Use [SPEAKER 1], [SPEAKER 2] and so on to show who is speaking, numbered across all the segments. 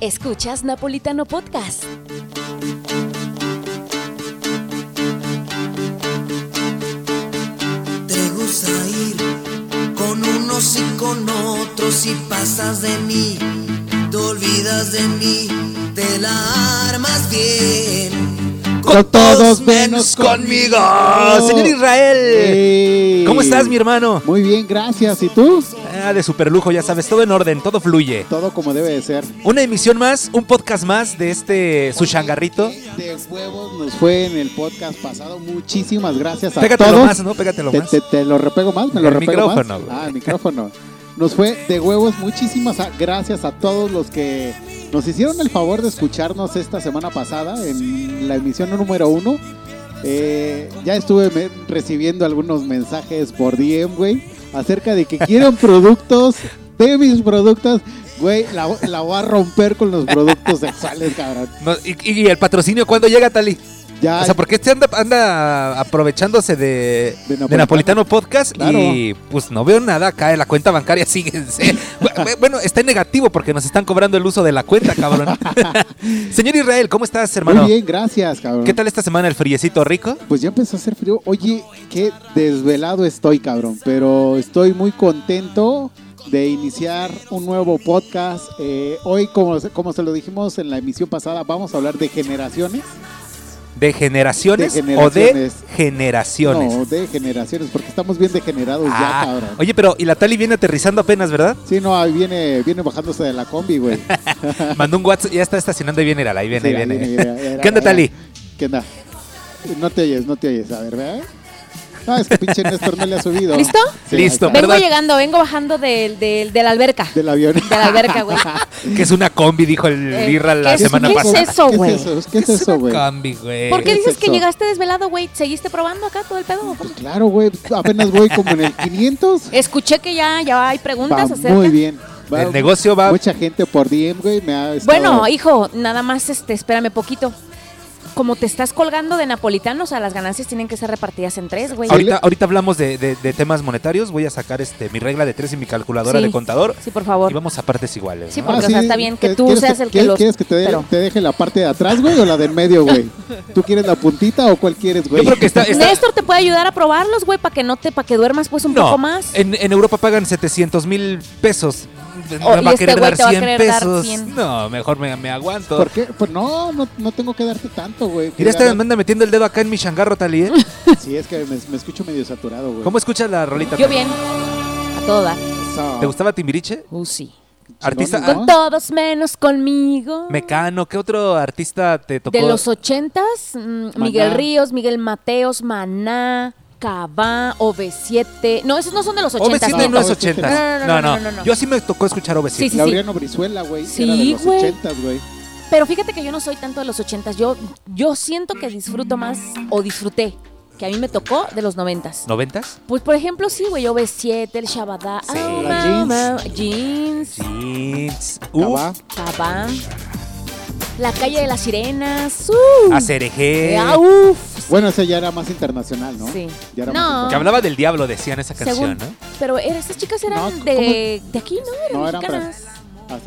[SPEAKER 1] Escuchas Napolitano Podcast.
[SPEAKER 2] Te gusta ir con unos y con otros y pasas de mí, te olvidas de mí, te la armas bien.
[SPEAKER 3] Con todos menos
[SPEAKER 4] conmigo.
[SPEAKER 3] conmigo.
[SPEAKER 4] Señor Israel.
[SPEAKER 3] Ey.
[SPEAKER 4] ¿Cómo estás, mi hermano?
[SPEAKER 3] Muy bien, gracias. ¿Y tú?
[SPEAKER 4] Ah, de superlujo, ya sabes, todo en orden, todo fluye.
[SPEAKER 3] Todo como debe de ser.
[SPEAKER 4] Una emisión más, un podcast más de este su changarrito.
[SPEAKER 3] De huevos nos fue en el podcast pasado. Muchísimas gracias a
[SPEAKER 4] Pégatelo
[SPEAKER 3] todos.
[SPEAKER 4] más, ¿no? Pégatelo
[SPEAKER 3] te,
[SPEAKER 4] más.
[SPEAKER 3] te- te lo repego más, me lo
[SPEAKER 4] El
[SPEAKER 3] repego
[SPEAKER 4] micrófono,
[SPEAKER 3] más.
[SPEAKER 4] güey.
[SPEAKER 3] Ah, el micrófono. Nos fue de huevos. Muchísimas a- gracias a todos los que nos hicieron el favor de escucharnos esta semana pasada en la emisión número uno. Eh, ya estuve me- recibiendo algunos mensajes por DM, güey, acerca de que quieren productos de mis productos. Güey, la, la voy a romper con los productos sexuales, cabrón.
[SPEAKER 4] No, y, y el patrocinio cuándo llega, Tali?
[SPEAKER 3] Ya,
[SPEAKER 4] O sea, porque este anda, anda aprovechándose de,
[SPEAKER 3] De
[SPEAKER 4] de
[SPEAKER 3] Napolitano.
[SPEAKER 4] Napolitano. Podcast
[SPEAKER 3] Claro.
[SPEAKER 4] y pues no veo nada acá. La cuenta bancaria sigue. en cero. Bu- bueno, está en negativo porque nos están cobrando el uso de la cuenta, cabrón. Señor Israel, ¿cómo estás, hermano?
[SPEAKER 3] muy bien, gracias, cabrón.
[SPEAKER 4] ¿Qué tal esta semana el friecito rico?
[SPEAKER 3] Pues ya empezó a hacer frío. Oye, qué desvelado estoy, cabrón. Pero estoy muy contento de iniciar un nuevo podcast. Eh, hoy, como, se- como se lo dijimos en la emisión pasada, vamos a hablar de generaciones.
[SPEAKER 4] ¿De generaciones,
[SPEAKER 3] De generaciones.
[SPEAKER 4] o de generaciones?
[SPEAKER 3] No, de generaciones, porque estamos bien degenerados
[SPEAKER 4] Ah,
[SPEAKER 3] ya, cabrón.
[SPEAKER 4] oye, pero y la Tali viene aterrizando apenas, ¿verdad?
[SPEAKER 3] Sí, no, ahí viene, viene bajándose de la combi, güey.
[SPEAKER 4] Mandó un WhatsApp, ya está estacionando y viene, la ahí viene,
[SPEAKER 3] Sí,
[SPEAKER 4] ahí
[SPEAKER 3] ahí
[SPEAKER 4] viene.
[SPEAKER 3] viene, viene,
[SPEAKER 4] ¿Qué
[SPEAKER 3] viene.
[SPEAKER 4] onda, Tali?
[SPEAKER 3] ¿Qué onda? No te oyes, no te oyes, a ver, ¿verdad? No, es que pinche Néstor no le ha subido.
[SPEAKER 1] ¿Listo?
[SPEAKER 3] ahí
[SPEAKER 4] Listo,
[SPEAKER 3] está.
[SPEAKER 1] Vengo
[SPEAKER 4] ¿Verdad?
[SPEAKER 1] llegando, vengo bajando del, del- de la alberca.
[SPEAKER 3] Del avión.
[SPEAKER 1] De la alberca, güey.
[SPEAKER 4] Que es una combi, dijo el
[SPEAKER 1] Eh,
[SPEAKER 4] Birra la
[SPEAKER 1] ¿qué es-
[SPEAKER 4] semana
[SPEAKER 1] qué es
[SPEAKER 4] pasada.
[SPEAKER 1] eso? güey?
[SPEAKER 3] ¿Qué es eso? ¿Qué es
[SPEAKER 4] Es
[SPEAKER 3] eso,
[SPEAKER 4] una
[SPEAKER 3] güey?
[SPEAKER 4] combi, güey.
[SPEAKER 1] ¿Por qué
[SPEAKER 3] ¿Qué es
[SPEAKER 1] dices que
[SPEAKER 3] eso?
[SPEAKER 1] llegaste desvelado, güey? ¿Seguiste probando acá todo el pedo? o cómo?
[SPEAKER 3] Pues claro, güey. Apenas voy como en el 500.
[SPEAKER 1] Escuché que ya, ya hay
[SPEAKER 3] Va
[SPEAKER 1] preguntas ¿Eh? acerca.
[SPEAKER 3] muy bien. Va-
[SPEAKER 4] El negocio va.
[SPEAKER 3] Mucha gente por DM, güey. Me ha estado-
[SPEAKER 1] Bueno, hijo, nada más, este, espérame poquito. Como te estás colgando de napolitanos, a las ganancias tienen que ser repartidas en tres, güey.
[SPEAKER 4] Ahorita, ahorita hablamos de, de- de temas monetarios. Voy a sacar este mi regla de tres y mi calculadora
[SPEAKER 1] Sí.
[SPEAKER 4] de contador.
[SPEAKER 1] Sí, por
[SPEAKER 4] Y
[SPEAKER 1] favor.
[SPEAKER 4] vamos a partes iguales.
[SPEAKER 1] Sí,
[SPEAKER 4] ¿no?
[SPEAKER 1] porque, o sea, está bien que tú
[SPEAKER 3] Ah, ¿Quieres
[SPEAKER 1] seas el que
[SPEAKER 3] quieres-
[SPEAKER 1] los-
[SPEAKER 3] ¿Quieres que te, de-
[SPEAKER 1] pero-
[SPEAKER 3] te deje la parte de atrás, güey, o la del medio, güey? ¿Tú quieres la puntita o cuál quieres, güey?
[SPEAKER 4] Yo creo que está. está-
[SPEAKER 1] Néstor te puede ayudar a probarlos, güey, para que no te, para que duermas pues un poco
[SPEAKER 4] no,
[SPEAKER 1] más.
[SPEAKER 4] en, en Europa pagan 700 mil pesos. Me
[SPEAKER 1] Oh, y
[SPEAKER 4] va a
[SPEAKER 1] este
[SPEAKER 4] querer
[SPEAKER 1] güey
[SPEAKER 4] dar
[SPEAKER 1] te va a
[SPEAKER 4] 100
[SPEAKER 1] querer dar
[SPEAKER 4] pesos.
[SPEAKER 1] 100.
[SPEAKER 4] No, mejor me, me aguanto.
[SPEAKER 3] ¿Por qué? Pues no, no, no tengo que darte tanto, güey.
[SPEAKER 4] Mira, esta
[SPEAKER 3] Mira,
[SPEAKER 4] anda metiendo el dedo acá en mi changarro, Tali, ¿eh?
[SPEAKER 3] Sí, es que me, me escucho medio saturado, güey.
[SPEAKER 4] ¿Cómo escuchas la rolita?
[SPEAKER 1] Yo bien. A toda.
[SPEAKER 3] Eso.
[SPEAKER 4] ¿Te gustaba Timbiriche?
[SPEAKER 1] Uh, sí.
[SPEAKER 4] Artista.
[SPEAKER 3] ¿no?
[SPEAKER 1] Con todos menos conmigo.
[SPEAKER 4] Mecano, ¿qué otro artista te tocó?
[SPEAKER 1] De los ochentas, mm,
[SPEAKER 3] Maná.
[SPEAKER 1] Miguel Ríos, Miguel Mateos, Maná, Cabá, OV7. No, esos no son de los ochentas.
[SPEAKER 4] OV7
[SPEAKER 1] miento.
[SPEAKER 4] no es 80.
[SPEAKER 1] No, no, no,
[SPEAKER 4] No,
[SPEAKER 1] no, no, no.
[SPEAKER 4] no. Yo sí me tocó escuchar OV7.
[SPEAKER 1] Sí, sí, sí.
[SPEAKER 3] Laureano Brizuela, güey.
[SPEAKER 1] Sí,
[SPEAKER 3] era de los
[SPEAKER 1] güey.
[SPEAKER 3] 80, güey.
[SPEAKER 1] Pero fíjate que yo no soy tanto de los ochentas. Yo, yo siento que disfruto más, o disfruté, que a mí me tocó de los noventas.
[SPEAKER 4] ¿Noventas?
[SPEAKER 1] Pues, por ejemplo, sí, güey, OV7, el Shabada.
[SPEAKER 4] Sí.
[SPEAKER 1] ah,
[SPEAKER 3] Las
[SPEAKER 1] ma- jeans.
[SPEAKER 4] Jeans.
[SPEAKER 3] Cabá.
[SPEAKER 4] Uf.
[SPEAKER 1] Cabá. La calle de las sirenas. Uh.
[SPEAKER 4] Acerejé.
[SPEAKER 1] Ah, uf.
[SPEAKER 3] Bueno, ese ya era más internacional, ¿no?
[SPEAKER 1] Sí.
[SPEAKER 3] Ya era
[SPEAKER 1] No.
[SPEAKER 3] más
[SPEAKER 4] Que hablaba del diablo, decían esa
[SPEAKER 1] Según,
[SPEAKER 4] canción, ¿no?
[SPEAKER 1] pero era- estas chicas
[SPEAKER 3] No,
[SPEAKER 1] eran
[SPEAKER 3] ¿cómo?
[SPEAKER 1] de, de aquí, ¿no? Eran
[SPEAKER 3] No, eran
[SPEAKER 1] mexicanas.
[SPEAKER 3] Hacer- Ah,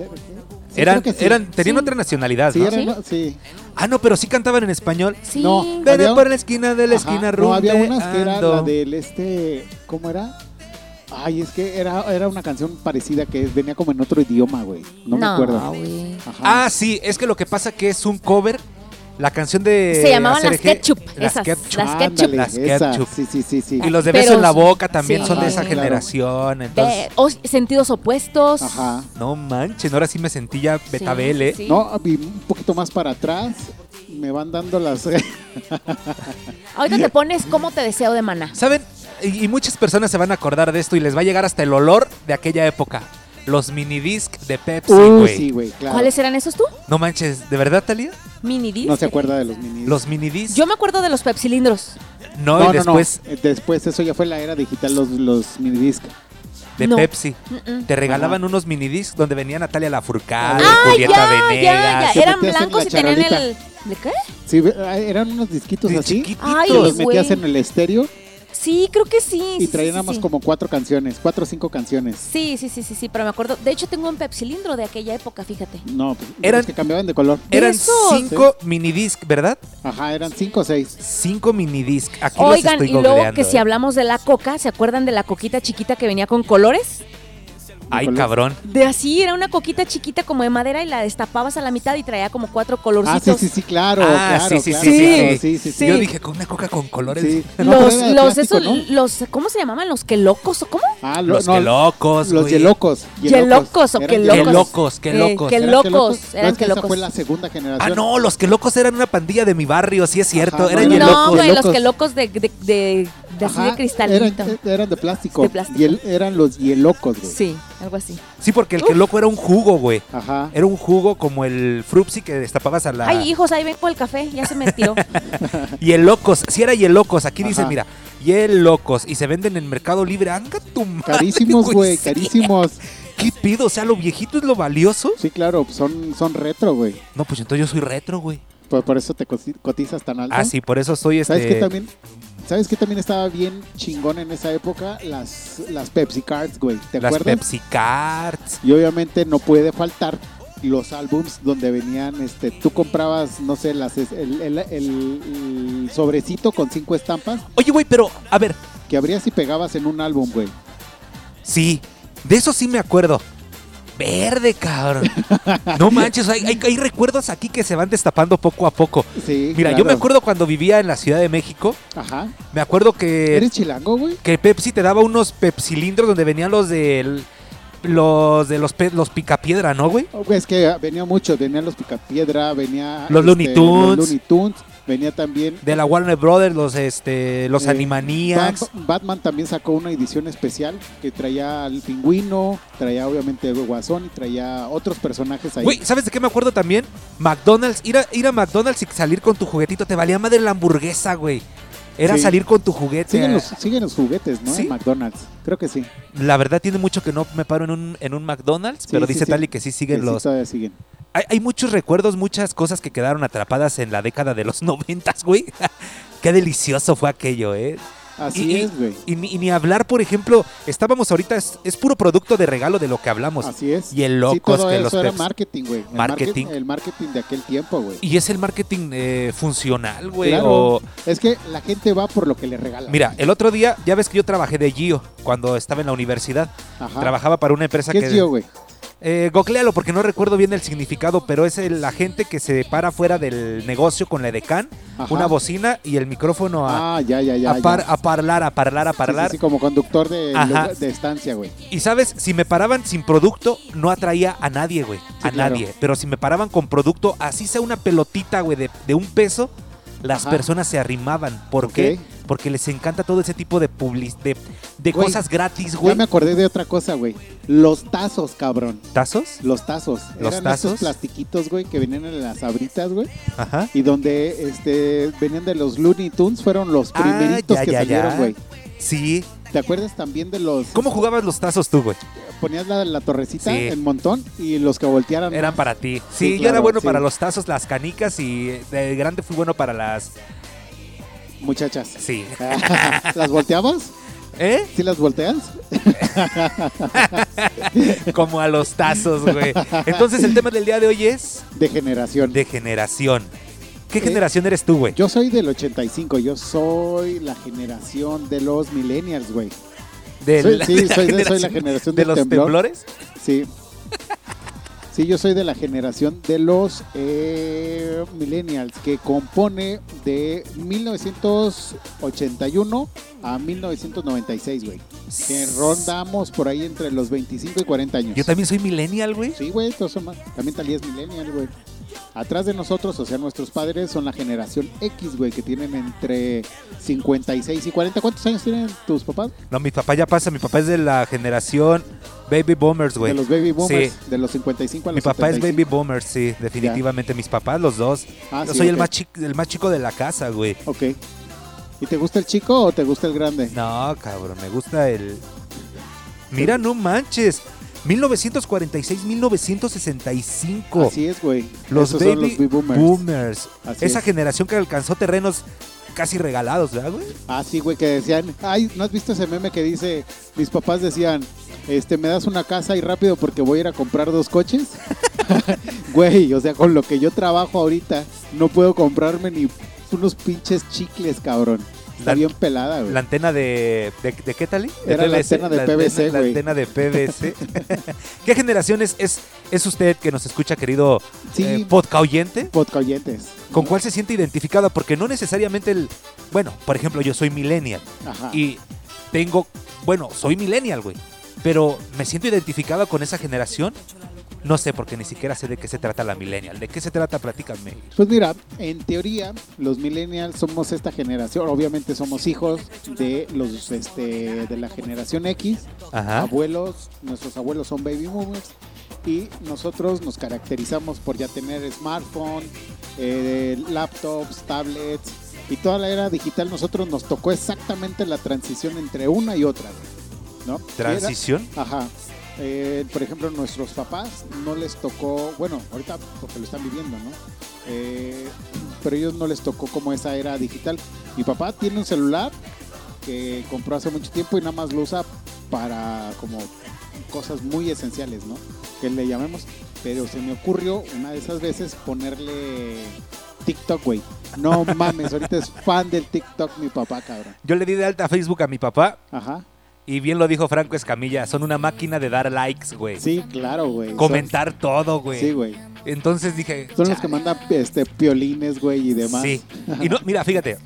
[SPEAKER 3] sí,
[SPEAKER 4] Eran,
[SPEAKER 3] creo que sí.
[SPEAKER 4] eran, tenían
[SPEAKER 1] Sí.
[SPEAKER 4] otra nacionalidad,
[SPEAKER 3] Sí,
[SPEAKER 4] ¿no?
[SPEAKER 3] eran-
[SPEAKER 1] ¿Sí?
[SPEAKER 3] no, sí.
[SPEAKER 4] Ah, no, pero sí cantaban en español.
[SPEAKER 1] Sí.
[SPEAKER 3] No.
[SPEAKER 4] Ven
[SPEAKER 3] Había-
[SPEAKER 4] por la esquina de la
[SPEAKER 3] Ajá,
[SPEAKER 4] esquina
[SPEAKER 3] No, había unas que era la
[SPEAKER 4] rumbeando.
[SPEAKER 3] del este. ¿Cómo era? Ay, es que era, era una canción parecida que venía como en otro idioma, güey. No, me acuerdo.
[SPEAKER 1] Ah, güey.
[SPEAKER 3] Ajá.
[SPEAKER 4] Ah, sí, es que lo que pasa que es un cover. La canción de.
[SPEAKER 1] Se llamaban las
[SPEAKER 4] Acerejé,
[SPEAKER 1] Ketchup.
[SPEAKER 4] Las
[SPEAKER 1] esas,
[SPEAKER 4] Ketchup.
[SPEAKER 1] las Ketchup.
[SPEAKER 3] Ándale,
[SPEAKER 4] Las
[SPEAKER 3] esa,
[SPEAKER 4] Ketchup.
[SPEAKER 3] Sí, sí, sí, sí.
[SPEAKER 4] Y los de
[SPEAKER 1] Pero
[SPEAKER 4] beso en la
[SPEAKER 1] sí.
[SPEAKER 4] boca también
[SPEAKER 1] Sí.
[SPEAKER 4] son de esa
[SPEAKER 3] Ah, Claro.
[SPEAKER 4] generación. Entonces,
[SPEAKER 1] De- o- sentidos opuestos.
[SPEAKER 3] Ajá.
[SPEAKER 4] no manchen, ahora sí me sentí ya Betabel, ¿eh?
[SPEAKER 1] sí.
[SPEAKER 3] No, vi un poquito más para atrás. Me van dando las.
[SPEAKER 1] Ahorita te pones cómo te deseo de maná.
[SPEAKER 4] ¿Saben? Y, y muchas personas se van a acordar de esto y les va a llegar hasta el olor de aquella época. Los minidisc de Pepsi,
[SPEAKER 3] Uh,
[SPEAKER 4] güey.
[SPEAKER 3] sí, güey, claro.
[SPEAKER 1] ¿Cuáles eran esos tú?
[SPEAKER 4] no manches, ¿de verdad, Talia?
[SPEAKER 1] Mini disc.
[SPEAKER 3] No se acuerda de los minis.
[SPEAKER 4] Los minidisc.
[SPEAKER 1] Yo me acuerdo de los pepsilindros.
[SPEAKER 4] No,
[SPEAKER 3] no, no,
[SPEAKER 4] y después
[SPEAKER 3] no. Eh, Después, eso ya fue la era digital, los, los minidisc.
[SPEAKER 4] de
[SPEAKER 1] No.
[SPEAKER 4] Pepsi.
[SPEAKER 1] Mm-mm.
[SPEAKER 4] Te regalaban unos minidiscs donde venía Natalia Lafourcade,
[SPEAKER 3] Ah,
[SPEAKER 4] Julieta
[SPEAKER 1] Ya,
[SPEAKER 4] Venegas.
[SPEAKER 1] ya, ya.
[SPEAKER 3] Se
[SPEAKER 1] Eran
[SPEAKER 3] metías en la
[SPEAKER 1] blancos y tenían
[SPEAKER 3] charolita.
[SPEAKER 1] el. ¿De qué?
[SPEAKER 3] Sí, ve- ah, eran unos disquitos
[SPEAKER 4] de
[SPEAKER 3] así.
[SPEAKER 4] chiquititos.
[SPEAKER 1] Ay,
[SPEAKER 3] Que los metías
[SPEAKER 1] güey.
[SPEAKER 3] en el estéreo
[SPEAKER 1] Sí, creo que sí.
[SPEAKER 3] Y
[SPEAKER 1] sí,
[SPEAKER 3] traía
[SPEAKER 1] sí,
[SPEAKER 3] nada
[SPEAKER 1] sí,
[SPEAKER 3] más
[SPEAKER 1] sí.
[SPEAKER 3] como cuatro canciones, cuatro o cinco canciones.
[SPEAKER 1] Sí, sí, sí, sí, sí, pero me acuerdo. De hecho, tengo un pepsilindro de aquella época, fíjate.
[SPEAKER 3] No, pues,
[SPEAKER 4] Eran-
[SPEAKER 3] los que cambiaban de color.
[SPEAKER 4] Eran
[SPEAKER 1] Eso.
[SPEAKER 4] cinco minidisc, ¿verdad?
[SPEAKER 3] Ajá, eran cinco o seis.
[SPEAKER 4] Cinco minidisc. Aquí los
[SPEAKER 1] Oigan,
[SPEAKER 4] estoy
[SPEAKER 1] y luego
[SPEAKER 4] googleando,
[SPEAKER 1] que si
[SPEAKER 4] ¿eh?
[SPEAKER 1] hablamos de la coca, ¿se acuerdan de la coquita chiquita que venía con colores?
[SPEAKER 4] Ay, cabrón.
[SPEAKER 1] De así, era una coquita chiquita como de madera y la destapabas a la mitad y traía como cuatro
[SPEAKER 3] Ah,
[SPEAKER 1] colorcitos.
[SPEAKER 3] sí, sí, sí, claro.
[SPEAKER 4] Ah,
[SPEAKER 3] claro,
[SPEAKER 4] sí, sí,
[SPEAKER 3] claro,
[SPEAKER 4] sí, sí.
[SPEAKER 3] claro, sí, sí, sí.
[SPEAKER 4] Yo dije, con una coca con colores.
[SPEAKER 3] Sí. No, pero
[SPEAKER 1] Los,
[SPEAKER 3] era de
[SPEAKER 1] los,
[SPEAKER 3] plástico,
[SPEAKER 1] esos-
[SPEAKER 3] ¿no?
[SPEAKER 1] los, ¿cómo se llamaban? ¿Los que locos o cómo?
[SPEAKER 3] Ah, lo-
[SPEAKER 4] Los
[SPEAKER 3] no,
[SPEAKER 4] que locos,
[SPEAKER 3] Los
[SPEAKER 4] güey.
[SPEAKER 3] yelocos.
[SPEAKER 1] Yelocos o
[SPEAKER 3] Eran
[SPEAKER 1] que
[SPEAKER 4] Qué
[SPEAKER 1] locos.
[SPEAKER 4] locos, qué
[SPEAKER 1] Eh,
[SPEAKER 4] locos.
[SPEAKER 1] qué
[SPEAKER 3] Eran
[SPEAKER 1] locos,
[SPEAKER 3] No,
[SPEAKER 1] eran
[SPEAKER 3] es que
[SPEAKER 1] que
[SPEAKER 3] esa
[SPEAKER 1] locos.
[SPEAKER 3] fue la segunda generación.
[SPEAKER 4] Ah, no, los que locos eran una pandilla de mi barrio, sí es cierto.
[SPEAKER 3] Ajá,
[SPEAKER 4] eran
[SPEAKER 3] no, no,
[SPEAKER 1] No,
[SPEAKER 4] yelocos.
[SPEAKER 1] güey, los
[SPEAKER 3] locos.
[SPEAKER 1] que locos de, de, de, de así
[SPEAKER 3] Ajá,
[SPEAKER 1] de cristalito.
[SPEAKER 3] Eran, eran de plástico.
[SPEAKER 1] De plástico.
[SPEAKER 3] Hiel- eran los hielocos, güey.
[SPEAKER 1] Sí, algo así.
[SPEAKER 4] Sí, porque el que loco era un jugo, güey.
[SPEAKER 3] Ajá.
[SPEAKER 4] Era un jugo como el Frupsi que destapabas a la.
[SPEAKER 1] Ay, hijos, ahí vengo el café, ya se me tiró.
[SPEAKER 4] Hielocos, si era hielocos, aquí
[SPEAKER 3] Ajá.
[SPEAKER 4] dice, mira, hielocos, y se venden en Mercado Libre, ¡anga tu madre,
[SPEAKER 3] Carísimos, güey,
[SPEAKER 4] sí.
[SPEAKER 3] carísimos.
[SPEAKER 4] ¿Qué pido? O sea, lo viejito es lo valioso.
[SPEAKER 3] Sí, claro, son, son retro, güey.
[SPEAKER 4] No, pues entonces yo soy retro, güey.
[SPEAKER 3] Por, por eso te cosi- cotizas tan alto.
[SPEAKER 4] Ah, sí, por eso soy este.
[SPEAKER 3] ¿Sabes qué también? ¿Sabes qué también estaba bien chingón en esa época? Las, las Pepsi Cards, güey. ¿Te
[SPEAKER 4] las
[SPEAKER 3] acuerdas?
[SPEAKER 4] Pepsi Cards.
[SPEAKER 3] Y obviamente no puede faltar los álbums donde venían, este, tú comprabas, no sé, las es- el, el- el- el sobrecito con cinco estampas
[SPEAKER 4] Oye, güey, pero, a ver,
[SPEAKER 3] que abrías y pegabas en un álbum, güey.
[SPEAKER 4] sí, de eso sí me acuerdo. Verde, cabrón. No manches, hay, hay- hay recuerdos aquí que se van destapando poco a poco.
[SPEAKER 3] Sí.
[SPEAKER 4] Mira, yo
[SPEAKER 3] claro.
[SPEAKER 4] me acuerdo cuando vivía en la Ciudad de México,
[SPEAKER 3] Ajá.
[SPEAKER 4] me acuerdo que...
[SPEAKER 3] ¿Eres chilango, güey?
[SPEAKER 4] que Pepsi te daba unos pepsilindros donde venían los del los de los pe- los picapiedra, ¿no, güey?
[SPEAKER 3] Oh, güey, Es que venía mucho, venían los Picapiedra, venía este,
[SPEAKER 4] Los Looney
[SPEAKER 3] los
[SPEAKER 4] Tunes.
[SPEAKER 3] Looney Tunes, venía también
[SPEAKER 4] De la Warner Brothers, los este los
[SPEAKER 3] Eh,
[SPEAKER 4] Animaniacs.
[SPEAKER 3] Bat- Batman también sacó una edición especial que traía al pingüino, traía obviamente el guasón y traía otros personajes ahí.
[SPEAKER 4] Güey, ¿sabes de qué me acuerdo también? McDonald's, ir a, ir a McDonald's y salir con tu juguetito, te valía madre la hamburguesa, güey. Era
[SPEAKER 3] Sí.
[SPEAKER 4] salir con tu juguete.
[SPEAKER 3] siguen los, siguen los juguetes, ¿no?
[SPEAKER 4] eh, ¿Sí?
[SPEAKER 3] En McDonald's. Creo que sí. que
[SPEAKER 4] La verdad tiene mucho que no me paro en un, en un McDonald's,
[SPEAKER 3] Sí,
[SPEAKER 4] pero
[SPEAKER 3] sí,
[SPEAKER 4] dice
[SPEAKER 3] sí.
[SPEAKER 4] Tali que sí siguen
[SPEAKER 3] sí
[SPEAKER 4] los...
[SPEAKER 3] todavía siguen.
[SPEAKER 4] Hay, hay muchos recuerdos, muchas cosas que quedaron atrapadas en la década de los noventas, güey. qué delicioso fue aquello, ¿eh?
[SPEAKER 3] Así
[SPEAKER 4] Y-
[SPEAKER 3] es, güey.
[SPEAKER 4] Y ni, y ni hablar, por ejemplo, estábamos ahorita, es, es puro producto de regalo de lo que hablamos.
[SPEAKER 3] Así es.
[SPEAKER 4] y el
[SPEAKER 3] Ah, sí,
[SPEAKER 4] locos
[SPEAKER 3] todo
[SPEAKER 4] que
[SPEAKER 3] eso
[SPEAKER 4] los
[SPEAKER 3] era
[SPEAKER 4] Pepsi-
[SPEAKER 3] marketing, güey. El
[SPEAKER 4] Marketing.
[SPEAKER 3] market- El marketing de aquel tiempo, güey.
[SPEAKER 4] Y es el marketing eh, funcional, güey.
[SPEAKER 3] Claro.
[SPEAKER 4] o-
[SPEAKER 3] Es que la gente va por lo que le regalan.
[SPEAKER 4] Mira, el otro día, ya ves que yo trabajé de Gio cuando estaba en la universidad.
[SPEAKER 3] Ajá.
[SPEAKER 4] Trabajaba para una empresa
[SPEAKER 3] ¿Qué
[SPEAKER 4] que...
[SPEAKER 3] es yo, güey?
[SPEAKER 4] Eh, gocléalo porque no recuerdo bien el significado, pero es el- la gente que se para fuera del negocio con la edecán,
[SPEAKER 3] Ajá.
[SPEAKER 4] una bocina y el micrófono a,
[SPEAKER 3] Ah, ya, ya, ya.
[SPEAKER 4] a, par-
[SPEAKER 3] ya.
[SPEAKER 4] a parlar, a parlar, a
[SPEAKER 3] Sí,
[SPEAKER 4] parlar.
[SPEAKER 3] sí, sí, como conductor de,
[SPEAKER 4] Ajá.
[SPEAKER 3] de estancia, güey.
[SPEAKER 4] Y sabes, si me paraban sin producto, no atraía a nadie, güey. a
[SPEAKER 3] claro.
[SPEAKER 4] nadie. Pero si me paraban con producto, así sea una pelotita, güey, de, de un peso, las
[SPEAKER 3] Ajá.
[SPEAKER 4] personas se arrimaban. ¿Por qué?
[SPEAKER 3] Ok.
[SPEAKER 4] Porque les encanta todo ese tipo de public de, de
[SPEAKER 3] Güey,
[SPEAKER 4] cosas gratis,
[SPEAKER 3] Ya
[SPEAKER 4] güey.
[SPEAKER 3] me acordé de otra cosa, güey. Los tazos, cabrón.
[SPEAKER 4] ¿Tazos?
[SPEAKER 3] Los tazos.
[SPEAKER 4] Los
[SPEAKER 3] Eran
[SPEAKER 4] tazos.
[SPEAKER 3] esos plastiquitos, güey, que venían en las abritas, güey.
[SPEAKER 4] Ajá.
[SPEAKER 3] Y donde este venían de los Looney Tunes, fueron los
[SPEAKER 4] Ah,
[SPEAKER 3] primeritos
[SPEAKER 4] ya,
[SPEAKER 3] que
[SPEAKER 4] ya, ya.
[SPEAKER 3] salieron, güey.
[SPEAKER 4] Sí.
[SPEAKER 3] ¿Te acuerdas también de los.
[SPEAKER 4] ¿Cómo jugabas los tazos tú, güey?
[SPEAKER 3] Ponías la, la torrecita
[SPEAKER 4] Sí.
[SPEAKER 3] en montón y los que voltearan.
[SPEAKER 4] Eran para ti. Sí,
[SPEAKER 3] Sí,
[SPEAKER 4] yo era
[SPEAKER 3] claro,
[SPEAKER 4] bueno
[SPEAKER 3] sí.
[SPEAKER 4] para los tazos, las canicas y eh, de grande fui bueno para las.
[SPEAKER 3] Muchachas.
[SPEAKER 4] Sí.
[SPEAKER 3] ¿Las volteabas?
[SPEAKER 4] ¿Eh?
[SPEAKER 3] ¿Sí las volteas?
[SPEAKER 4] Como a los tazos, güey. Entonces, el tema del día de hoy es.
[SPEAKER 3] De generación.
[SPEAKER 4] de generación. ¿Qué
[SPEAKER 3] Eh,
[SPEAKER 4] generación eres tú, güey?
[SPEAKER 3] Yo soy del 85, yo soy la generación de los millennials, güey.
[SPEAKER 4] De
[SPEAKER 3] soy-
[SPEAKER 4] la-
[SPEAKER 3] sí,
[SPEAKER 4] de la
[SPEAKER 3] soy de- soy la generación
[SPEAKER 4] de
[SPEAKER 3] del
[SPEAKER 4] los
[SPEAKER 3] temblor.
[SPEAKER 4] temblores.
[SPEAKER 3] Sí. Sí, yo soy de la generación de los eh, millennials, que compone de 1981 a 1996, güey. Que rondamos por ahí entre los 25 y 40 años.
[SPEAKER 4] Yo también soy millennial, güey.
[SPEAKER 3] Sí, güey, todos son más. También Talía es millennial, güey. Atrás de nosotros, o sea, nuestros padres son la generación X, güey, que tienen entre 56 y 40. ¿Cuántos años tienen tus papás?
[SPEAKER 4] No, mi papá ya pasa. Mi papá es de la generación baby boomers, güey.
[SPEAKER 3] De los baby boomers,
[SPEAKER 4] Sí.
[SPEAKER 3] de los 55 a los
[SPEAKER 4] Mi papá es
[SPEAKER 3] 75.
[SPEAKER 4] baby boomer, sí, definitivamente. Mis papás, los dos.
[SPEAKER 3] Ah,
[SPEAKER 4] Yo
[SPEAKER 3] sí,
[SPEAKER 4] soy el
[SPEAKER 3] ok.
[SPEAKER 4] más, chico, el más chico de la casa, güey.
[SPEAKER 3] Ok. ¿Y te gusta el chico o te gusta el grande?
[SPEAKER 4] No, cabrón, me gusta el... Mira, no manches. 1946, 1965.
[SPEAKER 3] Así es, güey.
[SPEAKER 4] Los
[SPEAKER 3] Esos
[SPEAKER 4] baby
[SPEAKER 3] son los baby boomers.
[SPEAKER 4] boomers.
[SPEAKER 3] Así
[SPEAKER 4] Esa
[SPEAKER 3] es.
[SPEAKER 4] generación que alcanzó terrenos casi regalados, ¿verdad, güey?
[SPEAKER 3] Así, Ah, güey, que decían, ay, ¿no has visto ese meme que dice, mis papás decían, este, me das una casa y rápido porque voy a ir a comprar dos coches? güey, o sea, con lo que yo trabajo ahorita, no puedo comprarme ni unos pinches chicles, cabrón. Está
[SPEAKER 4] La-
[SPEAKER 3] bien pelada, güey.
[SPEAKER 4] La eh, antena de. ¿De, de qué tal? eh? De
[SPEAKER 3] Era la
[SPEAKER 4] TLC,
[SPEAKER 3] antena de PVC,
[SPEAKER 4] antena- La
[SPEAKER 3] güey.
[SPEAKER 4] antena de PVC. ¿Qué generación es, es, es usted que nos escucha, querido
[SPEAKER 3] Sí.
[SPEAKER 4] eh, podcast oyente?
[SPEAKER 3] Podcoyentes.
[SPEAKER 4] ¿Con cuál se siente identificada? Porque no necesariamente el. Bueno, por ejemplo, yo soy millennial
[SPEAKER 3] Ajá.
[SPEAKER 4] y tengo. Bueno, soy millennial, güey. Pero me siento identificada con esa generación. No sé, porque ni siquiera sé de qué se trata la millennial. ¿De qué se trata? Platícame.
[SPEAKER 3] Pues mira, en teoría, los millennials somos esta generación, obviamente somos hijos de los este, de la generación X,
[SPEAKER 4] Ajá.
[SPEAKER 3] abuelos, nuestros abuelos son baby boomers y nosotros nos caracterizamos por ya tener smartphone, eh, laptops, tablets y toda la era digital. Nosotros nos tocó exactamente la transición entre una y otra, güey, ¿no? Y era-
[SPEAKER 4] Transición.
[SPEAKER 3] Ajá. Eh, por ejemplo, nuestros papás no les tocó, bueno, ahorita porque lo están viviendo, ¿no? Eh, pero ellos no les tocó como esa era digital. Mi papá tiene un celular que compró hace mucho tiempo y nada más lo usa para como cosas muy esenciales, ¿no? Que le llamemos. Pero se me ocurrió una de esas veces ponerle TikTok, güey. No mames, ahorita es fan del TikTok mi papá, cabrón.
[SPEAKER 4] Yo le di de alta a Facebook a mi papá
[SPEAKER 3] Ajá.
[SPEAKER 4] Y bien lo dijo Franco Escamilla, son una máquina de dar likes, güey.
[SPEAKER 3] Sí, claro, güey.
[SPEAKER 4] Comentar todo, güey.
[SPEAKER 3] Sí, güey.
[SPEAKER 4] Entonces dije.
[SPEAKER 3] Son los
[SPEAKER 4] "Chale".
[SPEAKER 3] que mandan este, piolines, güey, y demás.
[SPEAKER 4] Sí. Y no, mira, fíjate.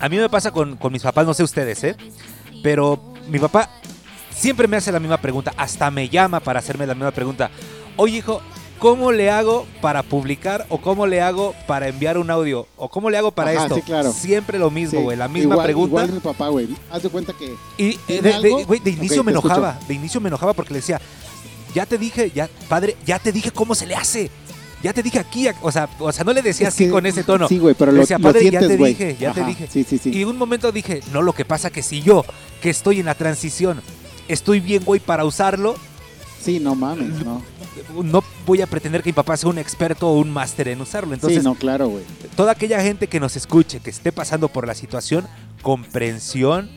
[SPEAKER 4] A mí me pasa con, con mis papás, no sé ustedes, ¿eh? Pero mi papá siempre me hace la misma pregunta. Hasta me llama para hacerme la misma pregunta. Oye, hijo, ¿cómo le hago para publicar? ¿O cómo le hago para enviar un audio? ¿O cómo le hago para
[SPEAKER 3] Ajá,
[SPEAKER 4] esto?
[SPEAKER 3] sí, claro.
[SPEAKER 4] Siempre lo mismo,
[SPEAKER 3] Sí,
[SPEAKER 4] güey. La misma
[SPEAKER 3] igual-
[SPEAKER 4] pregunta.
[SPEAKER 3] Igual mi papá, güey. Haz de cuenta que.
[SPEAKER 4] Y eh,
[SPEAKER 3] ¿Tiene
[SPEAKER 4] de, de-
[SPEAKER 3] algo?
[SPEAKER 4] güey, de
[SPEAKER 3] Ok,
[SPEAKER 4] inicio me
[SPEAKER 3] te escucho.
[SPEAKER 4] enojaba, de inicio me enojaba porque le decía, ya te dije, ya, padre, ya te dije cómo se le hace. Ya te dije aquí, ac- o sea, o sea, no le decía
[SPEAKER 3] es
[SPEAKER 4] así
[SPEAKER 3] que-
[SPEAKER 4] con ese tono.
[SPEAKER 3] Sí, güey, pero
[SPEAKER 4] Le
[SPEAKER 3] lo,
[SPEAKER 4] decía,
[SPEAKER 3] lo
[SPEAKER 4] padre, ya te
[SPEAKER 3] sientes, güey.
[SPEAKER 4] dije, ya te
[SPEAKER 3] Ajá,
[SPEAKER 4] dije.
[SPEAKER 3] Sí, sí, sí.
[SPEAKER 4] Y un momento dije, no, lo que pasa que si yo, que estoy en la transición, estoy bien, güey, para usarlo,
[SPEAKER 3] Sí, no mames, no.
[SPEAKER 4] no voy a pretender que mi papá sea un experto o un máster en usarlo. Entonces,
[SPEAKER 3] sí, no, claro, güey.
[SPEAKER 4] toda aquella gente que nos escuche, que esté pasando por la situación, comprensión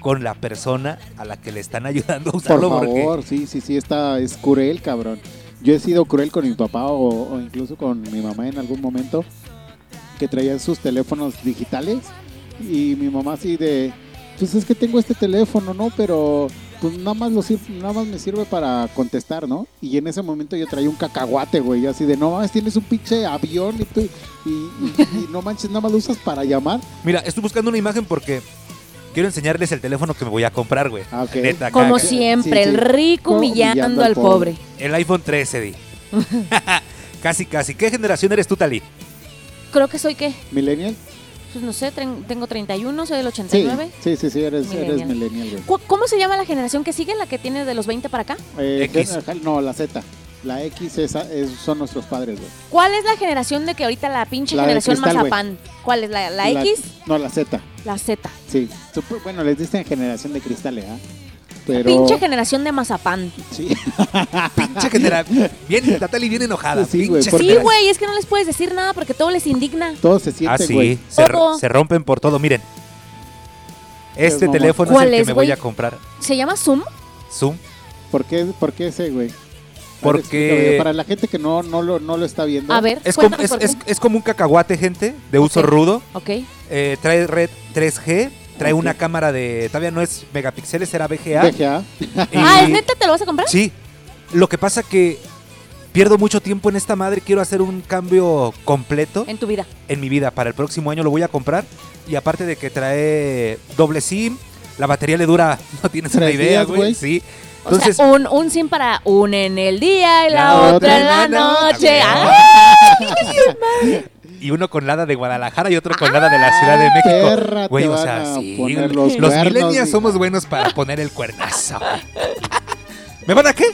[SPEAKER 4] con la persona a la que le están ayudando a
[SPEAKER 3] Por
[SPEAKER 4] usarlo. porque-
[SPEAKER 3] favor, sí, sí, sí, está, es cruel, cabrón. Yo he sido cruel con mi papá o, o incluso con mi mamá en algún momento que traían sus teléfonos digitales y mi mamá así de, pues es que tengo este teléfono, ¿no? Pero pues nada más, lo sir- nada más me sirve para contestar, ¿no? Y en ese momento yo traía un cacahuate, güey, yo así de, no mames, tienes un pinche avión y, tú, y, y- y no manches, nada más lo usas para llamar.
[SPEAKER 4] Mira, estoy buscando una imagen porque quiero enseñarles el teléfono que me voy a comprar, güey.
[SPEAKER 3] Ah, ok.
[SPEAKER 4] Neta, acá,
[SPEAKER 1] Como
[SPEAKER 4] acá.
[SPEAKER 1] siempre,
[SPEAKER 3] Sí, sí.
[SPEAKER 1] el rico humillando, al pobre.
[SPEAKER 4] El iPhone 13, di. casi, casi. ¿Qué generación eres tú, Tali?
[SPEAKER 1] Creo que soy qué?
[SPEAKER 3] ¿Millennial?
[SPEAKER 1] Pues no sé, tren- tengo 31, soy del
[SPEAKER 3] Sí,
[SPEAKER 1] 89.
[SPEAKER 3] sí, sí, sí, eres, eres
[SPEAKER 1] Millennial.
[SPEAKER 3] millennial, güey.
[SPEAKER 1] Cu- ¿Cómo se llama la generación que sigue, la que tiene de los 20 para acá?
[SPEAKER 3] Eh,
[SPEAKER 4] X.
[SPEAKER 3] general- no, la Z. La X es- es- son nuestros padres, güey.
[SPEAKER 1] ¿Cuál es la generación de que ahorita la pinche
[SPEAKER 3] La de
[SPEAKER 1] generación
[SPEAKER 3] cristal, güey.
[SPEAKER 1] mazapán? ¿Cuál es? ¿La, la X?
[SPEAKER 3] No, la Z,
[SPEAKER 1] La Z.
[SPEAKER 3] sí. Sup- Bueno, les dicen generación de cristales, ¿ah? Pero...
[SPEAKER 1] Pinche generación de mazapán.
[SPEAKER 3] Sí,
[SPEAKER 1] Ah,
[SPEAKER 4] Pinche generación. Bien, la Tali bien enojada.
[SPEAKER 3] Sí, güey,
[SPEAKER 4] Pinche
[SPEAKER 3] porque-
[SPEAKER 1] Sí,
[SPEAKER 4] generación.
[SPEAKER 1] güey, es que no les puedes decir nada porque todo les indigna.
[SPEAKER 3] todo se
[SPEAKER 4] Ah,
[SPEAKER 3] siente, güey.
[SPEAKER 4] sí. Se, ro-
[SPEAKER 1] Todo.
[SPEAKER 4] se rompen por todo. Miren. Este
[SPEAKER 3] mamón.
[SPEAKER 4] teléfono es
[SPEAKER 1] ¿Cuál
[SPEAKER 4] el que
[SPEAKER 1] es,
[SPEAKER 4] me voy
[SPEAKER 1] güey?
[SPEAKER 4] a comprar.
[SPEAKER 1] ¿Se llama Zoom?
[SPEAKER 4] Zoom.
[SPEAKER 3] ¿Por qué, por qué ese, güey? A ver,
[SPEAKER 4] Porque-
[SPEAKER 3] explícame, güey, Para la gente que no, no, lo, no lo está viendo.
[SPEAKER 1] A ver,
[SPEAKER 4] Es, como,
[SPEAKER 1] cuéntame
[SPEAKER 4] es,
[SPEAKER 1] por qué.
[SPEAKER 4] es- es como un cacahuate, gente, de uso
[SPEAKER 1] Ok.
[SPEAKER 4] rudo.
[SPEAKER 1] Ok.
[SPEAKER 4] Eh, trae red 3G. Trae
[SPEAKER 3] Ok.
[SPEAKER 4] una cámara de. Todavía no es megapíxeles, era VGA.
[SPEAKER 3] VGA.
[SPEAKER 4] Y-
[SPEAKER 1] Ah, ¿es neta? ¿Te lo vas a comprar?
[SPEAKER 4] Sí. Lo que pasa que pierdo mucho tiempo en esta madre. Quiero hacer un cambio completo en,
[SPEAKER 1] En tu vida.
[SPEAKER 4] mi vida. Para el próximo año lo voy a comprar. Y aparte de que trae doble SIM, la batería le dura, no tienes una
[SPEAKER 3] Tres
[SPEAKER 4] idea,
[SPEAKER 3] días,
[SPEAKER 4] güey.
[SPEAKER 3] güey.
[SPEAKER 4] Sí.
[SPEAKER 1] O
[SPEAKER 4] Entonces,
[SPEAKER 1] sea, un, un sim para un en el día y la,
[SPEAKER 3] La
[SPEAKER 1] otra,
[SPEAKER 3] otra
[SPEAKER 1] en la noche. ¡Ah!
[SPEAKER 4] y uno con lada de Guadalajara y otro con lada de la
[SPEAKER 1] Ah,
[SPEAKER 4] Ciudad de México.
[SPEAKER 3] perra,
[SPEAKER 4] Güey,
[SPEAKER 3] te
[SPEAKER 4] o
[SPEAKER 3] van
[SPEAKER 4] sea,
[SPEAKER 3] a
[SPEAKER 4] sí,
[SPEAKER 3] poner
[SPEAKER 4] güey.
[SPEAKER 3] los
[SPEAKER 4] los
[SPEAKER 3] cuernos,
[SPEAKER 4] millennials
[SPEAKER 3] hija.
[SPEAKER 4] somos buenos para poner el cuernazo. ¿Me van a qué?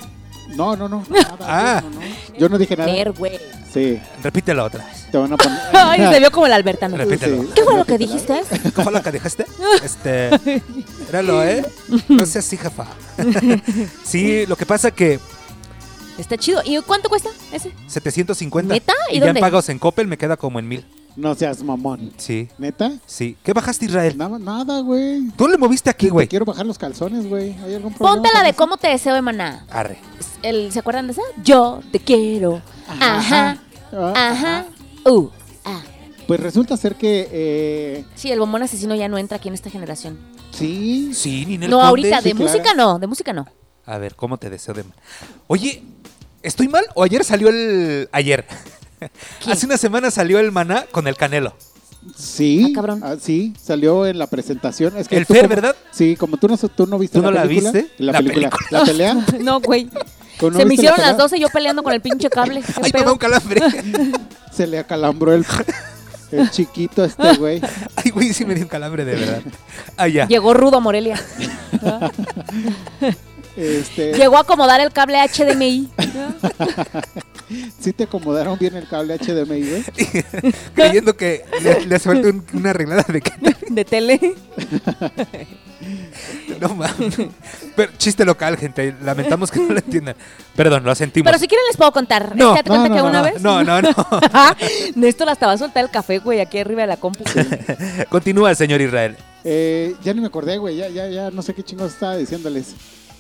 [SPEAKER 3] No, no, no. nada,
[SPEAKER 1] pues,
[SPEAKER 4] Ah.
[SPEAKER 3] no, no, no. Yo no dije nada.
[SPEAKER 1] Ver, güey.
[SPEAKER 3] Sí,
[SPEAKER 4] Repítelo otra vez.
[SPEAKER 3] te van a poner...
[SPEAKER 1] Ay, se vio como el Albertano.
[SPEAKER 4] Repite. repítelo.
[SPEAKER 1] ¿Qué fue lo que dijiste?
[SPEAKER 4] ¿Cómo fue lo que dejaste? Este. Éralo, ¿eh? No seas así, jefa. Sí, lo que pasa que
[SPEAKER 1] Está chido. ¿Y cuánto cuesta ese?
[SPEAKER 4] 750.
[SPEAKER 1] ¿Neta? ¿Y
[SPEAKER 4] ya en
[SPEAKER 1] dónde?
[SPEAKER 4] pagos en Coppel me queda como en mil.
[SPEAKER 3] No seas mamón.
[SPEAKER 4] Sí,
[SPEAKER 3] ¿Neta?
[SPEAKER 4] sí. ¿Qué bajaste, Israel?
[SPEAKER 3] Nada, nada, güey.
[SPEAKER 4] Tú le moviste aquí, güey.
[SPEAKER 3] Te quiero bajar los calzones, güey. ¿Hay algún problema?
[SPEAKER 1] Ponte la
[SPEAKER 3] con
[SPEAKER 1] de
[SPEAKER 3] eso?
[SPEAKER 1] cómo te deseo de maná.
[SPEAKER 4] Arre.
[SPEAKER 1] El- ¿Se acuerdan de esa? Yo te quiero. Ajá.
[SPEAKER 3] Ah,
[SPEAKER 1] Ajá. Uh. Ah.
[SPEAKER 3] Pues resulta ser que. eh,
[SPEAKER 1] Sí, el bombón asesino ya no entra aquí en esta generación.
[SPEAKER 3] sí.
[SPEAKER 4] Sí, Ninel
[SPEAKER 1] No,
[SPEAKER 4] Conde.
[SPEAKER 1] ahorita, de
[SPEAKER 3] sí, claro.
[SPEAKER 1] música no, de música no.
[SPEAKER 4] A ver, ¿cómo te deseo de mal? Oye, ¿estoy mal o ayer salió el... Ayer.
[SPEAKER 1] ¿Qué?
[SPEAKER 4] Hace una semana salió el maná con el canelo.
[SPEAKER 3] Sí.
[SPEAKER 1] Ah, cabrón.
[SPEAKER 3] Ah, sí, salió en la presentación. Es que
[SPEAKER 4] El
[SPEAKER 3] tú
[SPEAKER 4] Fer,
[SPEAKER 3] como-
[SPEAKER 4] ¿verdad?
[SPEAKER 3] Sí, como tú no, tú no viste
[SPEAKER 4] ¿Tú
[SPEAKER 3] la
[SPEAKER 4] no la
[SPEAKER 3] película.
[SPEAKER 4] viste?
[SPEAKER 3] La,
[SPEAKER 4] La
[SPEAKER 3] película.
[SPEAKER 4] película.
[SPEAKER 3] La pelea.
[SPEAKER 1] No, güey.
[SPEAKER 3] ¿Tú no
[SPEAKER 1] Se me
[SPEAKER 3] viste la
[SPEAKER 1] hicieron las
[SPEAKER 3] pelea?
[SPEAKER 1] 12 yo peleando con el pinche cable. ¿Qué
[SPEAKER 4] Ay, me da
[SPEAKER 1] pedo?
[SPEAKER 4] un calambre.
[SPEAKER 3] Se le acalambró el, el chiquito a este güey.
[SPEAKER 4] Ay, güey, sí me dio un calambre de verdad. Ah, ya.
[SPEAKER 1] Llegó rudo a Morelia.
[SPEAKER 3] Este,
[SPEAKER 1] Llegó a acomodar el cable HDMI.
[SPEAKER 3] sí te acomodaron bien el cable HDMI, güey.
[SPEAKER 4] Creyendo que le, le hace falta un- una arreglada de canelo.
[SPEAKER 1] de tele.
[SPEAKER 4] No mames. Pero chiste local, gente. Lamentamos que no lo entiendan. Perdón, lo sentimos.
[SPEAKER 1] Pero si quieren les puedo contar.
[SPEAKER 4] No,
[SPEAKER 1] ¿Te das cuenta
[SPEAKER 3] no,
[SPEAKER 1] que
[SPEAKER 3] no,
[SPEAKER 1] una
[SPEAKER 3] no,
[SPEAKER 1] vez?
[SPEAKER 4] No, no, no.
[SPEAKER 1] Néstor hasta va a soltar el café, güey, aquí arriba de la compu.
[SPEAKER 4] Continúa, señor Israel.
[SPEAKER 3] Eh, ya ni me acordé, güey. Ya, ya, ya no sé qué chingos estaba diciéndoles.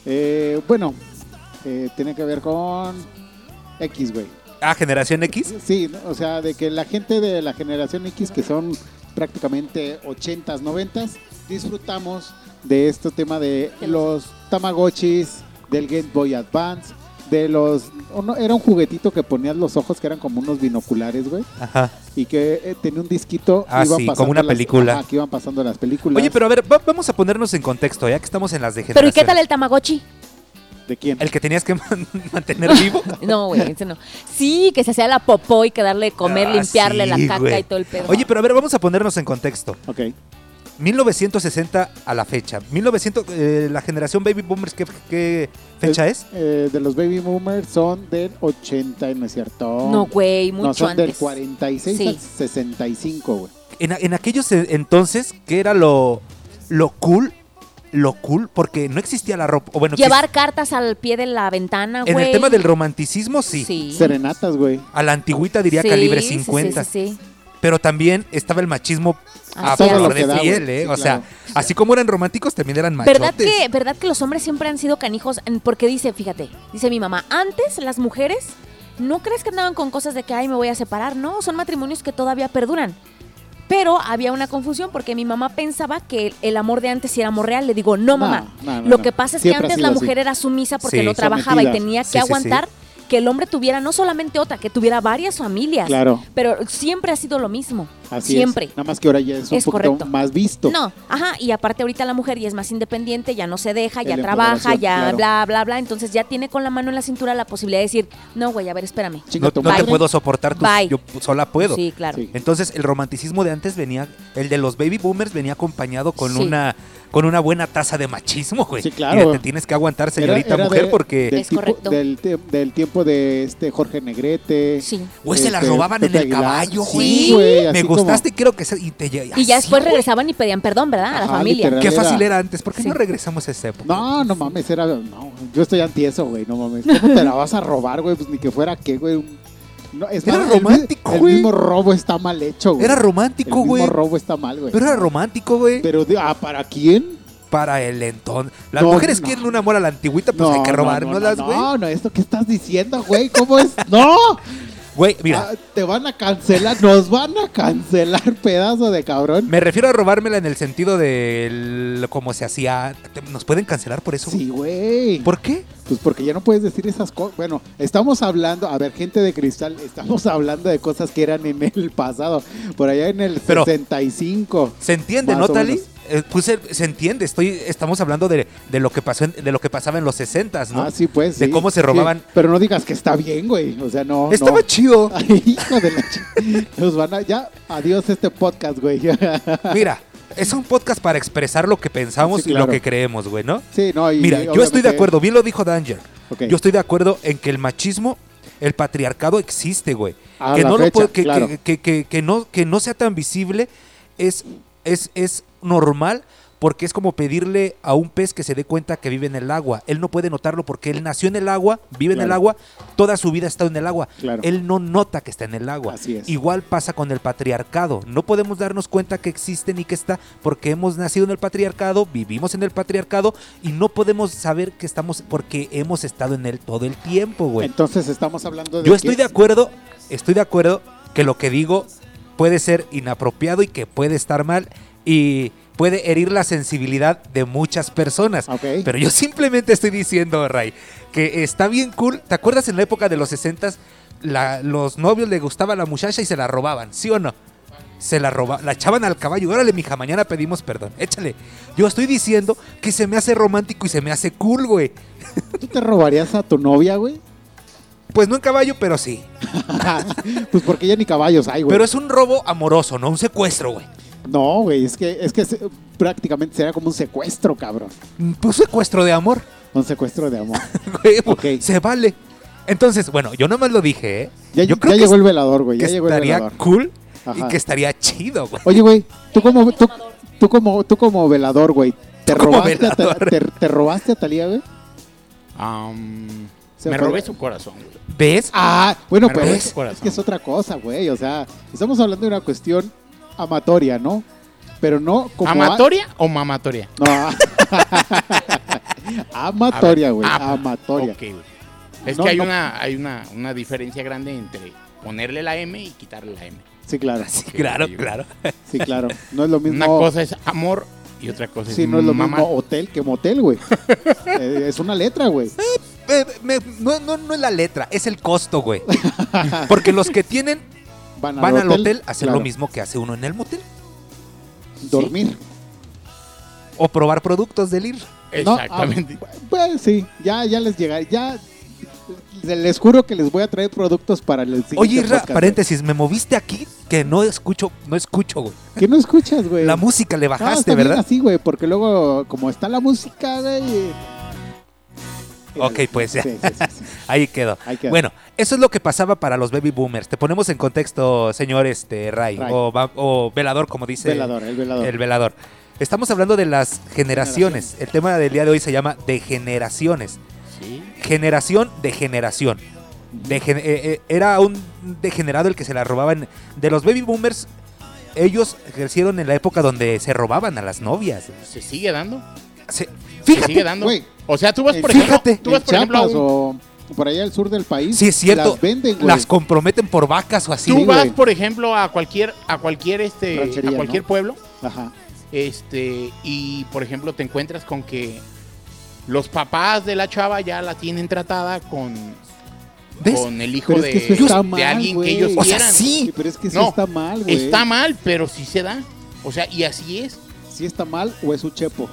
[SPEAKER 3] Eh, bueno, eh, tiene que ver con X, güey.
[SPEAKER 4] Ah, Generación X.
[SPEAKER 3] Sí, ¿no? o sea, de que la gente de la generación X, que son prácticamente 80s, 90s, disfrutamos de este tema de los Tamagotchis, del Game Boy Advance, de los... uno- era un juguetito que ponías los ojos que eran como unos binoculares, güey,
[SPEAKER 4] Ajá.
[SPEAKER 3] y que eh, tenía un disquito.
[SPEAKER 4] Ah, sí, como una
[SPEAKER 3] las-
[SPEAKER 4] película.
[SPEAKER 3] ajá, que iban pasando las películas.
[SPEAKER 4] Oye, pero a ver, va- vamos a ponernos en contexto, ya que estamos en las de
[SPEAKER 1] Pero ¿y
[SPEAKER 4] generación.
[SPEAKER 1] qué tal el Tamagotchi?
[SPEAKER 3] ¿De quién?
[SPEAKER 4] El que tenías que man- mantener vivo.
[SPEAKER 1] No, güey, ese no. Sí, que se hacía la popó y que darle de comer,
[SPEAKER 4] Ah,
[SPEAKER 1] limpiarle
[SPEAKER 4] sí,
[SPEAKER 1] la caca
[SPEAKER 4] güey.
[SPEAKER 1] y todo el pedo.
[SPEAKER 4] Oye, pero a ver, vamos a ponernos en contexto.
[SPEAKER 3] Ok.
[SPEAKER 4] 1960 a la fecha. 1900, eh, la generación Baby Boomers, ¿qué, qué fecha es?
[SPEAKER 3] Eh, de los Baby Boomers son del 80, ¿no es cierto?
[SPEAKER 1] no, güey, mucho
[SPEAKER 3] No, son
[SPEAKER 1] antes.
[SPEAKER 3] del 46
[SPEAKER 1] Sí.
[SPEAKER 3] al 65, güey.
[SPEAKER 4] En, a- en aquellos eh, entonces, ¿qué era lo, lo cool? Lo cool, porque no existía la ropa. o bueno,
[SPEAKER 1] Llevar cartas al pie de la ventana,
[SPEAKER 4] exist- en
[SPEAKER 1] güey.
[SPEAKER 4] el tema del romanticismo, sí.
[SPEAKER 3] Serenatas, güey.
[SPEAKER 4] A la antigüita diría
[SPEAKER 1] Sí,
[SPEAKER 4] calibre
[SPEAKER 1] sí, sí,
[SPEAKER 4] 50.
[SPEAKER 1] Sí, sí,
[SPEAKER 4] Pero también estaba el machismo a
[SPEAKER 1] Así es.
[SPEAKER 4] flor
[SPEAKER 3] Todo lo que
[SPEAKER 4] de
[SPEAKER 3] da,
[SPEAKER 4] piel,
[SPEAKER 3] güey.
[SPEAKER 4] ¿eh?
[SPEAKER 3] Sí,
[SPEAKER 4] o sea,
[SPEAKER 3] claro.
[SPEAKER 4] así como eran románticos, también eran machotes.
[SPEAKER 1] ¿Verdad que, ¿Verdad que los hombres siempre han sido canijos? En- Porque dice, fíjate, dice mi mamá, antes las mujeres, ¿no crees que andaban con cosas de que, ay, me voy a separar? No, son matrimonios que todavía perduran. Pero había una confusión porque mi mamá pensaba que el- el amor de antes sí era amor real. Le digo, no,
[SPEAKER 3] No,
[SPEAKER 1] mamá.
[SPEAKER 3] no, no,
[SPEAKER 1] Lo
[SPEAKER 3] no.
[SPEAKER 1] que pasa es que
[SPEAKER 3] Siempre ha
[SPEAKER 1] antes la
[SPEAKER 3] sido así.
[SPEAKER 1] mujer era sumisa porque
[SPEAKER 4] Sí,
[SPEAKER 1] no trabajaba y
[SPEAKER 3] sometida.
[SPEAKER 1] tenía que
[SPEAKER 4] Sí, sí, sí.
[SPEAKER 1] aguantar que el hombre tuviera no solamente otra, que tuviera varias familias.
[SPEAKER 3] Claro,
[SPEAKER 1] Pero siempre ha sido lo mismo.
[SPEAKER 3] así
[SPEAKER 1] siempre.
[SPEAKER 3] es. Nada más que ahora ya es un
[SPEAKER 1] Es
[SPEAKER 3] poquito
[SPEAKER 1] correcto.
[SPEAKER 3] más visto.
[SPEAKER 1] No, ajá, y aparte ahorita la mujer ya es más independiente, ya no se deja, ya
[SPEAKER 3] Es la
[SPEAKER 1] trabaja,
[SPEAKER 3] empoderación,
[SPEAKER 1] ya
[SPEAKER 3] claro.
[SPEAKER 1] bla, bla, bla. Entonces ya tiene con la mano en la cintura la posibilidad de decir, no, güey, a ver, espérame.
[SPEAKER 3] Chinga
[SPEAKER 4] No,
[SPEAKER 3] tu
[SPEAKER 4] no te
[SPEAKER 1] Bye.
[SPEAKER 3] madre.
[SPEAKER 4] puedo soportar, tú,
[SPEAKER 1] Bye.
[SPEAKER 4] yo sola puedo.
[SPEAKER 1] Sí, claro.
[SPEAKER 3] Sí.
[SPEAKER 4] Entonces el romanticismo de antes venía, el de los baby boomers venía acompañado con
[SPEAKER 1] Sí.
[SPEAKER 4] una con una buena tasa de machismo, güey.
[SPEAKER 3] Sí, claro.
[SPEAKER 4] Y de, te tienes que aguantar,
[SPEAKER 3] Era-
[SPEAKER 4] señorita
[SPEAKER 3] era
[SPEAKER 4] mujer,
[SPEAKER 3] de-
[SPEAKER 4] porque
[SPEAKER 3] del
[SPEAKER 1] Es
[SPEAKER 3] tipo-
[SPEAKER 1] correcto.
[SPEAKER 3] Del, te- del tiempo de este Jorge Negrete.
[SPEAKER 1] Sí.
[SPEAKER 4] güey se la
[SPEAKER 3] este,
[SPEAKER 4] robaban en
[SPEAKER 3] Pepe
[SPEAKER 4] el
[SPEAKER 3] Aguilar.
[SPEAKER 4] caballo,
[SPEAKER 3] Sí,
[SPEAKER 4] güey.
[SPEAKER 3] güey,
[SPEAKER 4] Me
[SPEAKER 3] así como-
[SPEAKER 4] gustaste, quiero que se y te lle-
[SPEAKER 1] Y ya
[SPEAKER 4] así,
[SPEAKER 1] después
[SPEAKER 4] güey.
[SPEAKER 1] regresaban y pedían perdón, ¿verdad? A la
[SPEAKER 3] Ajá,
[SPEAKER 1] familia.
[SPEAKER 3] literal.
[SPEAKER 4] Qué
[SPEAKER 3] Era-
[SPEAKER 4] fácil era antes, ¿por qué
[SPEAKER 1] Sí.
[SPEAKER 4] no regresamos a esa época?
[SPEAKER 3] No, no mames, era. No, yo estoy anti eso, güey, no mames. ¿Cómo te la vas a robar, güey? Pues ni que fuera qué, güey. Un- No, es
[SPEAKER 4] Era
[SPEAKER 3] más, el mi-
[SPEAKER 4] romántico,
[SPEAKER 3] El,
[SPEAKER 4] güey.
[SPEAKER 3] mismo robo está mal hecho, güey.
[SPEAKER 4] Era
[SPEAKER 3] El
[SPEAKER 4] romántico,
[SPEAKER 3] mismo
[SPEAKER 4] güey.
[SPEAKER 3] robo está mal, güey.
[SPEAKER 4] Pero era romántico, güey.
[SPEAKER 3] Pero, de- ah, ¿para quién?
[SPEAKER 4] Para el entonces. Las
[SPEAKER 3] No,
[SPEAKER 4] mujeres
[SPEAKER 3] no.
[SPEAKER 4] quieren un amor a la antigüita, pues hay que robárnoslas,
[SPEAKER 3] no,
[SPEAKER 4] güey.
[SPEAKER 3] no, no, esto que estás diciendo, güey, ¿cómo es? ¡No!
[SPEAKER 4] Güey, mira,
[SPEAKER 3] Ah, te van a cancelar, nos van a cancelar, pedazo de cabrón.
[SPEAKER 4] me refiero a robármela en el sentido de el- cómo se hacía. Te- ¿Nos pueden cancelar por eso? güey?
[SPEAKER 3] Sí, güey.
[SPEAKER 4] ¿Por qué?
[SPEAKER 3] Pues porque ya no puedes decir esas cosas. Bueno, estamos hablando, a ver, gente de cristal, estamos hablando de cosas que eran en el pasado, por allá en el
[SPEAKER 4] Pero-
[SPEAKER 3] 65.
[SPEAKER 4] Se entiende,
[SPEAKER 3] Más
[SPEAKER 4] ¿no,
[SPEAKER 3] o
[SPEAKER 4] Tali?
[SPEAKER 3] menos.
[SPEAKER 4] Eh, pues, eh, se entiende, estoy, estamos hablando de, de lo que pasó en- de lo que pasaba en los 60s, ¿no?
[SPEAKER 3] Ah, sí, pues.
[SPEAKER 4] De
[SPEAKER 3] sí.
[SPEAKER 4] cómo se
[SPEAKER 3] Sí,
[SPEAKER 4] robaban.
[SPEAKER 3] pero no digas que está bien, güey. O sea, no. no.
[SPEAKER 4] Estaba chido.
[SPEAKER 3] Ay, hijo de la ch- Nos van a. Ya, adiós este podcast, güey.
[SPEAKER 4] Mira, es un podcast para expresar lo que pensamos
[SPEAKER 3] Sí,
[SPEAKER 4] y lo
[SPEAKER 3] claro.
[SPEAKER 4] que creemos, güey, ¿no?
[SPEAKER 3] sí, no. y-
[SPEAKER 4] Mira,
[SPEAKER 3] y
[SPEAKER 4] yo estoy de
[SPEAKER 3] obviamente-
[SPEAKER 4] acuerdo, bien lo dijo Danger.
[SPEAKER 3] Ok.
[SPEAKER 4] Yo estoy de acuerdo en que el machismo, el patriarcado existe, güey.
[SPEAKER 3] A
[SPEAKER 4] que
[SPEAKER 3] la
[SPEAKER 4] no lo
[SPEAKER 3] fecha,
[SPEAKER 4] puede- que,
[SPEAKER 3] claro.
[SPEAKER 4] que- que- que- que no que no sea tan visible es es es normal porque es como pedirle a un pez que se dé cuenta que vive en el agua. Él no puede notarlo porque él nació en el agua, vive en el
[SPEAKER 3] Claro.
[SPEAKER 4] agua, toda su vida ha estado en el agua.
[SPEAKER 3] Claro.
[SPEAKER 4] Él no nota que está en el agua.
[SPEAKER 3] Así es.
[SPEAKER 4] Igual pasa con el patriarcado. No podemos darnos cuenta que existe ni que está porque hemos nacido en el patriarcado, vivimos en el patriarcado y no podemos saber que estamos porque hemos estado en él todo el tiempo, güey.
[SPEAKER 3] Entonces estamos hablando de.
[SPEAKER 4] Yo
[SPEAKER 3] que
[SPEAKER 4] estoy de
[SPEAKER 3] es-
[SPEAKER 4] acuerdo, estoy de acuerdo que lo que digo puede ser inapropiado y que puede estar mal y puede herir la sensibilidad de muchas personas.
[SPEAKER 3] Ok.
[SPEAKER 4] Pero yo simplemente estoy diciendo, Ray, que está bien cool. ¿Te acuerdas en la época de los 60 la- los novios le gustaba a la muchacha y se la robaban, ¿sí o no? Se la robaban, la echaban al caballo. Órale, mija, mañana pedimos perdón. Échale. Yo estoy diciendo que se me hace romántico y se me hace cool, güey.
[SPEAKER 3] ¿Tú te robarías a tu novia, güey?
[SPEAKER 4] Pues no en caballo, pero sí.
[SPEAKER 3] pues porque ya ni caballos hay, güey.
[SPEAKER 4] Pero es un robo amoroso, no un secuestro, güey.
[SPEAKER 3] No, güey, es que, es que se- prácticamente sería como un secuestro, cabrón.
[SPEAKER 4] Un secuestro de amor.
[SPEAKER 3] Un secuestro de amor.
[SPEAKER 4] güey.
[SPEAKER 3] Ok.
[SPEAKER 4] Se vale. Entonces, bueno, yo nomás lo dije, ¿eh?
[SPEAKER 3] Ya,
[SPEAKER 4] yo
[SPEAKER 3] ya
[SPEAKER 4] creo que,
[SPEAKER 3] llegó el velador, güey.
[SPEAKER 4] que
[SPEAKER 3] Ya llegó el
[SPEAKER 4] estaría
[SPEAKER 3] velador.
[SPEAKER 4] cool y
[SPEAKER 3] Ajá.
[SPEAKER 4] que estaría chido, güey.
[SPEAKER 3] Oye, güey, tú como, tú, tú como, tú como velador, güey. ¿Te
[SPEAKER 4] Tú como
[SPEAKER 3] robaste, a, Ta-
[SPEAKER 4] velador.
[SPEAKER 3] te, te robaste a Talía, güey?
[SPEAKER 5] Am,
[SPEAKER 3] Se
[SPEAKER 5] me
[SPEAKER 3] fue-
[SPEAKER 5] robé su corazón, güey.
[SPEAKER 4] ¿Ves?
[SPEAKER 3] Ah, bueno,
[SPEAKER 5] Me robé
[SPEAKER 3] pues
[SPEAKER 5] su
[SPEAKER 3] es,
[SPEAKER 5] corazón.
[SPEAKER 3] que es otra cosa, güey. O sea, estamos hablando de una cuestión amatoria, ¿no? Pero no como... a-
[SPEAKER 5] ¿Amatoria o mamatoria?
[SPEAKER 3] No. amatoria,
[SPEAKER 5] A ver,
[SPEAKER 3] güey.
[SPEAKER 5] ah,
[SPEAKER 3] Amatoria.
[SPEAKER 5] ok, güey. Es
[SPEAKER 3] No,
[SPEAKER 5] que hay,
[SPEAKER 3] no.
[SPEAKER 5] una, hay una, una diferencia grande entre ponerle la M y quitarle la M.
[SPEAKER 3] Sí, claro.
[SPEAKER 4] Sí, claro, claro.
[SPEAKER 3] Sí, claro. No es lo mismo...
[SPEAKER 5] Una cosa es amor y otra cosa es
[SPEAKER 3] Sí, no es lo
[SPEAKER 5] mamá.
[SPEAKER 3] mismo hotel que motel, güey. Eh, es una letra, güey.
[SPEAKER 4] Eh, me- no, no, no es la letra, es el costo, güey. Porque los que tienen van al hotel a hacer
[SPEAKER 3] claro,
[SPEAKER 4] lo mismo que hace uno en el motel.
[SPEAKER 3] Dormir.
[SPEAKER 4] O probar productos del ir.
[SPEAKER 3] No,
[SPEAKER 5] Exactamente.
[SPEAKER 3] ah, pues sí, ya, ya les llegaré. Ya se- les juro que les voy a traer productos para el siguiente
[SPEAKER 4] Oye, Irra,
[SPEAKER 3] podcast, ¿eh?
[SPEAKER 4] paréntesis, me moviste aquí que no escucho, no escucho, güey.
[SPEAKER 3] güey. ¿Qué no escuchas, güey?
[SPEAKER 4] La música le
[SPEAKER 3] No,
[SPEAKER 4] bajaste,
[SPEAKER 3] está bien
[SPEAKER 4] ¿verdad?
[SPEAKER 3] así, güey, porque luego, como está la música, güey. eh,
[SPEAKER 4] Ok, pues, ya.
[SPEAKER 3] Sí, sí, sí, sí.
[SPEAKER 4] Ahí quedó.
[SPEAKER 3] Ahí queda.
[SPEAKER 4] Bueno, eso es lo que pasaba para los baby boomers. Te ponemos en contexto, señor este, Ray,
[SPEAKER 3] Ray.
[SPEAKER 4] O, va- o velador, como dice
[SPEAKER 3] velador, el velador.
[SPEAKER 4] el velador. Estamos hablando de las generaciones. El tema del día de hoy se llama de generaciones.
[SPEAKER 5] Sí.
[SPEAKER 4] Generación de generación. Degen- eh, eh, era un degenerado el que se la robaban. De los baby boomers, ellos crecieron en la época donde se robaban a las novias.
[SPEAKER 5] ¿Se sigue dando?
[SPEAKER 4] Se-
[SPEAKER 5] ¿Se sigue
[SPEAKER 4] fíjate,
[SPEAKER 5] dando?
[SPEAKER 3] güey.
[SPEAKER 5] O sea, tú vas, por
[SPEAKER 4] Eh,
[SPEAKER 5] ejemplo,
[SPEAKER 4] fíjate,
[SPEAKER 5] tú vas,
[SPEAKER 3] En
[SPEAKER 5] por ejemplo, a
[SPEAKER 3] Chiapas
[SPEAKER 5] un-
[SPEAKER 3] o por allá al sur del país.
[SPEAKER 4] Sí, es cierto.
[SPEAKER 3] Las venden, güey.
[SPEAKER 4] las comprometen por vacas o así.
[SPEAKER 5] tú
[SPEAKER 3] Sí,
[SPEAKER 5] vas,
[SPEAKER 3] güey.
[SPEAKER 5] por ejemplo, a cualquier, a cualquier, este,
[SPEAKER 3] Ranchería,
[SPEAKER 5] a cualquier
[SPEAKER 3] ¿no?
[SPEAKER 5] pueblo
[SPEAKER 3] Ajá.
[SPEAKER 5] Este, y por ejemplo, te encuentras con que los papás de la chava ya la tienen tratada con,
[SPEAKER 4] ¿Ves?
[SPEAKER 5] con el hijo
[SPEAKER 3] Pero
[SPEAKER 5] de,
[SPEAKER 3] es que eso está
[SPEAKER 5] de
[SPEAKER 3] mal,
[SPEAKER 5] alguien
[SPEAKER 3] güey.
[SPEAKER 5] que ellos
[SPEAKER 4] O sea,
[SPEAKER 5] quieran.
[SPEAKER 4] sí,
[SPEAKER 3] Sí, pero es que sí
[SPEAKER 5] No,
[SPEAKER 3] está mal, güey.
[SPEAKER 5] Está mal, pero sí se da. O sea, y así es.
[SPEAKER 3] Sí está mal o es un chepo.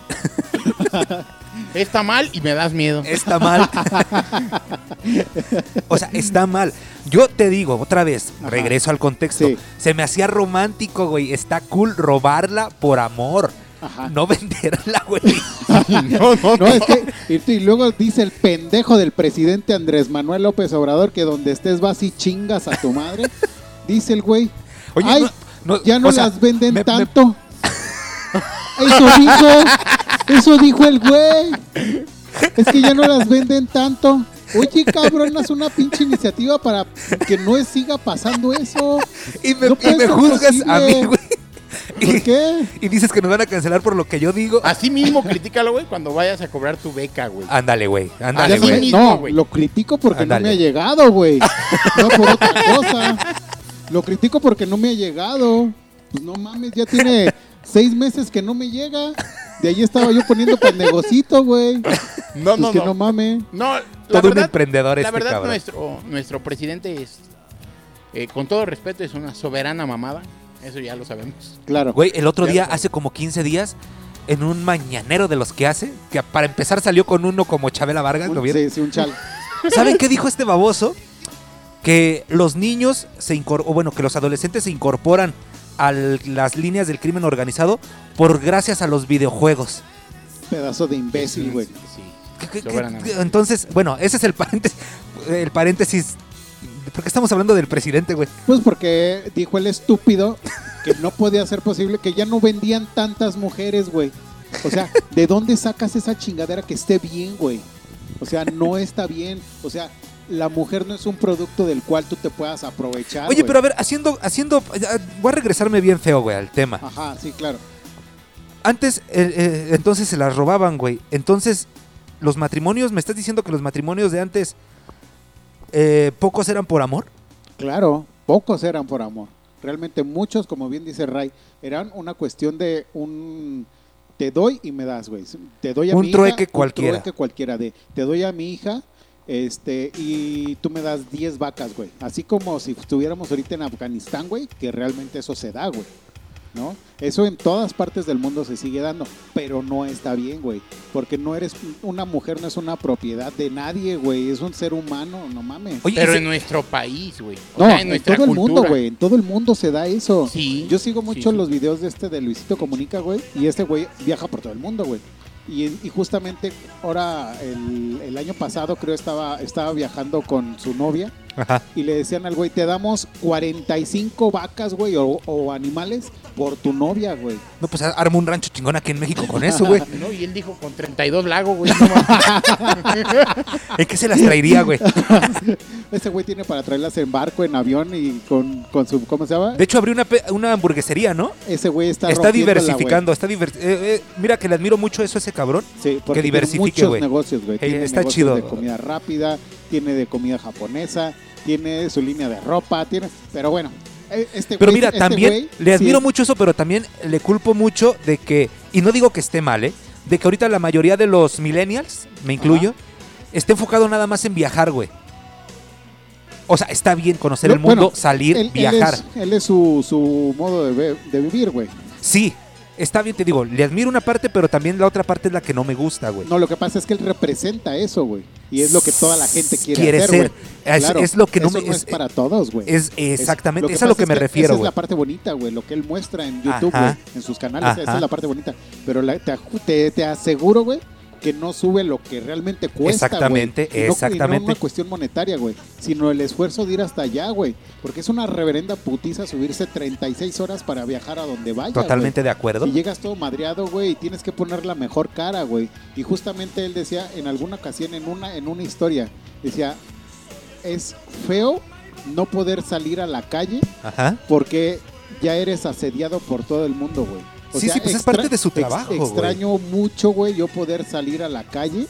[SPEAKER 5] Está mal y me das miedo.
[SPEAKER 4] Está mal. o sea, está mal. Yo te digo, otra vez,
[SPEAKER 3] Ajá.
[SPEAKER 4] regreso al contexto.
[SPEAKER 3] Sí.
[SPEAKER 4] Se me hacía romántico, güey. Está cool robarla por amor.
[SPEAKER 3] Ajá.
[SPEAKER 4] No venderla, güey.
[SPEAKER 5] no, no,
[SPEAKER 3] No, es que, y- y luego dice el pendejo del presidente Andrés Manuel López Obrador que donde estés vas y chingas a tu madre. Dice el güey,
[SPEAKER 4] Oye,
[SPEAKER 3] Ay,
[SPEAKER 4] no- no,
[SPEAKER 3] ya no
[SPEAKER 4] o sea,
[SPEAKER 3] las venden
[SPEAKER 4] me- me-
[SPEAKER 3] tanto. Eso dijo, eso dijo el güey. Es que ya no las venden tanto. Oye, cabrón, haz una pinche iniciativa para que no siga pasando eso.
[SPEAKER 4] y me,
[SPEAKER 3] no
[SPEAKER 4] y
[SPEAKER 3] puede
[SPEAKER 4] me
[SPEAKER 3] ser
[SPEAKER 4] juzgas a
[SPEAKER 3] posible.
[SPEAKER 4] mí, güey.
[SPEAKER 3] ¿Por
[SPEAKER 4] Y,
[SPEAKER 3] qué?
[SPEAKER 4] y dices que nos van a cancelar por lo que yo digo.
[SPEAKER 5] Así mismo critícalo, güey, cuando vayas a cobrar tu beca, güey.
[SPEAKER 4] Ah, Ándale, güey. Ándale,
[SPEAKER 3] Ya
[SPEAKER 5] Así
[SPEAKER 3] sé,
[SPEAKER 4] güey.
[SPEAKER 5] mismo,
[SPEAKER 3] no,
[SPEAKER 5] güey.
[SPEAKER 3] lo critico porque no
[SPEAKER 4] Ándale.
[SPEAKER 3] me ha llegado, güey. No por otra cosa. Lo critico porque no me ha llegado. Pues no mames, ya tiene seis meses que no me llega. De ahí estaba yo poniendo para el negocito, güey. Pues
[SPEAKER 5] No, no,
[SPEAKER 3] que no,
[SPEAKER 5] no.
[SPEAKER 3] mames.
[SPEAKER 5] No, la
[SPEAKER 4] Todo un
[SPEAKER 5] verdad,
[SPEAKER 4] emprendedor
[SPEAKER 5] la
[SPEAKER 4] este
[SPEAKER 5] verdad
[SPEAKER 4] cabrón.
[SPEAKER 5] nuestro, nuestro presidente es, eh, con todo respeto, es una soberana mamada. Eso ya lo sabemos.
[SPEAKER 3] Claro.
[SPEAKER 4] Güey, el otro
[SPEAKER 5] Ya
[SPEAKER 4] día,
[SPEAKER 5] lo sabes.
[SPEAKER 4] hace como 15 días, en un mañanero de los que hace, que para empezar salió con uno como Chabela Vargas, ¿lo
[SPEAKER 3] Un,
[SPEAKER 4] vieron?
[SPEAKER 3] sí, sí, un chal.
[SPEAKER 4] ¿Saben qué dijo este baboso? Que los niños se incorporan, bueno, que los adolescentes se incorporan a las líneas del crimen organizado por gracias a los videojuegos.
[SPEAKER 3] Pedazo de imbécil, güey.
[SPEAKER 4] ¿Qué- qué- qué-
[SPEAKER 5] Soberanamente.
[SPEAKER 4] Entonces, bueno, ese es el paréntesis, el paréntesis. ¿Por qué estamos hablando del presidente, güey?
[SPEAKER 3] Pues porque dijo el estúpido que no podía ser posible, que ya no vendían tantas mujeres, güey. O sea, ¿de dónde sacas esa chingadera que esté bien, güey? O sea, no está bien. O sea, la mujer no es un producto del cual tú te puedas aprovechar.
[SPEAKER 4] Oye,
[SPEAKER 3] Ah, güey.
[SPEAKER 4] pero a ver, haciendo, haciendo, voy a regresarme bien feo, güey, al tema.
[SPEAKER 3] Ajá, sí, claro.
[SPEAKER 4] Antes, eh, eh, entonces se las robaban, güey. Entonces, los matrimonios, ¿me estás diciendo que los matrimonios de antes, eh, pocos eran por amor?
[SPEAKER 3] Claro, pocos eran por amor. Realmente muchos, como bien dice Ray, eran una cuestión de un te doy y me das, güey. Te doy a
[SPEAKER 4] Un
[SPEAKER 3] mi
[SPEAKER 4] trueque
[SPEAKER 3] hija,
[SPEAKER 4] cualquiera.
[SPEAKER 3] Un trueque cualquiera de te doy a mi hija, este, y tú me das 10 vacas, güey. Así como si estuviéramos ahorita en Afganistán, güey, que realmente eso se da, güey. ¿No? Eso en todas partes del mundo se sigue dando, pero no está bien, güey. Porque no eres, una mujer no es una propiedad de nadie, güey. Es un ser humano, no mames.
[SPEAKER 4] Oye,
[SPEAKER 5] Pero
[SPEAKER 4] ese-
[SPEAKER 5] en nuestro país, güey. O
[SPEAKER 3] No,
[SPEAKER 5] sea,
[SPEAKER 3] en,
[SPEAKER 5] nuestra
[SPEAKER 3] todo el mundo,
[SPEAKER 5] cultura.
[SPEAKER 3] güey. En todo el mundo se da eso.
[SPEAKER 5] Sí,
[SPEAKER 3] Yo sigo mucho
[SPEAKER 5] sí.
[SPEAKER 3] los videos de este de Luisito Comunica, güey. Y este güey viaja por todo el mundo, güey. Y, y justamente ahora, el, el año pasado, creo, estaba, estaba viajando con su novia.
[SPEAKER 4] Ajá.
[SPEAKER 3] Y le decían al güey, te damos 45 vacas, güey, o, o animales por tu novia, güey.
[SPEAKER 4] No, pues armo un rancho chingón aquí en México con eso, güey.
[SPEAKER 5] No, y él dijo con 32 lagos, güey. no mames.
[SPEAKER 4] ¿En qué se las traería, güey?
[SPEAKER 3] Este güey tiene para traerlas en barco, en avión y con, con su, ¿cómo se llama?
[SPEAKER 4] De hecho, abrió una, pe- una hamburguesería, ¿no?
[SPEAKER 3] Ese güey está
[SPEAKER 4] Está
[SPEAKER 3] rompiéndola, güey.
[SPEAKER 4] diversificando, está diver- eh, eh, Mira que le admiro mucho eso a ese cabrón.
[SPEAKER 3] Sí, porque
[SPEAKER 4] Que
[SPEAKER 3] que
[SPEAKER 4] diversifique,
[SPEAKER 3] muchos
[SPEAKER 4] güey.
[SPEAKER 3] negocios, güey.
[SPEAKER 4] Ey,
[SPEAKER 3] Tiene
[SPEAKER 4] está
[SPEAKER 3] negocios
[SPEAKER 4] chido.
[SPEAKER 3] de comida rápida, tiene de comida japonesa, tiene su línea de ropa, tiene... Pero bueno, eh, este
[SPEAKER 4] Pero
[SPEAKER 3] güey-
[SPEAKER 4] mira,
[SPEAKER 3] este güey
[SPEAKER 4] también
[SPEAKER 3] sí
[SPEAKER 4] le admiro
[SPEAKER 3] es-
[SPEAKER 4] mucho eso, pero también le culpo mucho de que, y no digo que esté mal, ¿eh? De que ahorita la mayoría de los millennials, me incluyo, está enfocado nada más en viajar, güey. O sea, está bien conocer
[SPEAKER 3] No,
[SPEAKER 4] el mundo,
[SPEAKER 3] bueno,
[SPEAKER 4] salir,
[SPEAKER 3] él- él
[SPEAKER 4] viajar.
[SPEAKER 3] es- Él es, su, su modo de, ve- de vivir, güey.
[SPEAKER 4] Sí, está bien, te digo, le admiro una parte, pero también la otra parte es la que no me gusta, güey.
[SPEAKER 3] No, lo que pasa es que él representa eso, güey. Y es lo que toda la gente quiere,
[SPEAKER 4] Quiere
[SPEAKER 3] hacer,
[SPEAKER 4] ser.
[SPEAKER 3] güey.
[SPEAKER 4] Es-
[SPEAKER 3] Claro,
[SPEAKER 4] es lo que no
[SPEAKER 3] eso
[SPEAKER 4] me-
[SPEAKER 3] no
[SPEAKER 4] es-
[SPEAKER 3] es para todos, güey.
[SPEAKER 4] Es
[SPEAKER 3] Es-
[SPEAKER 4] exactamente, es, a
[SPEAKER 3] pasa
[SPEAKER 4] lo que
[SPEAKER 3] es
[SPEAKER 4] me refiero,
[SPEAKER 3] Esa es
[SPEAKER 4] güey.
[SPEAKER 3] la parte bonita, güey, lo que él muestra en YouTube,
[SPEAKER 4] Ajá.
[SPEAKER 3] güey, en sus canales, esa
[SPEAKER 4] Ajá.
[SPEAKER 3] es la parte bonita. Pero la- te, aju- te- te aseguro, güey, que no sube lo que realmente cuesta,
[SPEAKER 4] Exactamente,
[SPEAKER 3] güey. Y no- y no
[SPEAKER 4] exactamente.
[SPEAKER 3] una cuestión monetaria, güey, sino el esfuerzo de ir hasta allá, güey. Porque es una reverenda putiza subirse 36 horas para viajar a donde vaya, güey.
[SPEAKER 4] Totalmente de acuerdo.
[SPEAKER 3] Y llegas todo madreado, güey, y tienes que poner la mejor cara, güey. Y justamente él decía en alguna ocasión, en una, en una historia, decía, es feo no poder salir a la calle
[SPEAKER 4] Ajá.
[SPEAKER 3] porque ya eres asediado por todo el mundo, güey.
[SPEAKER 4] Sí, sí, pues es parte de su
[SPEAKER 3] ex-
[SPEAKER 4] trabajo, güey.
[SPEAKER 3] Extraño mucho, güey, yo poder salir a la calle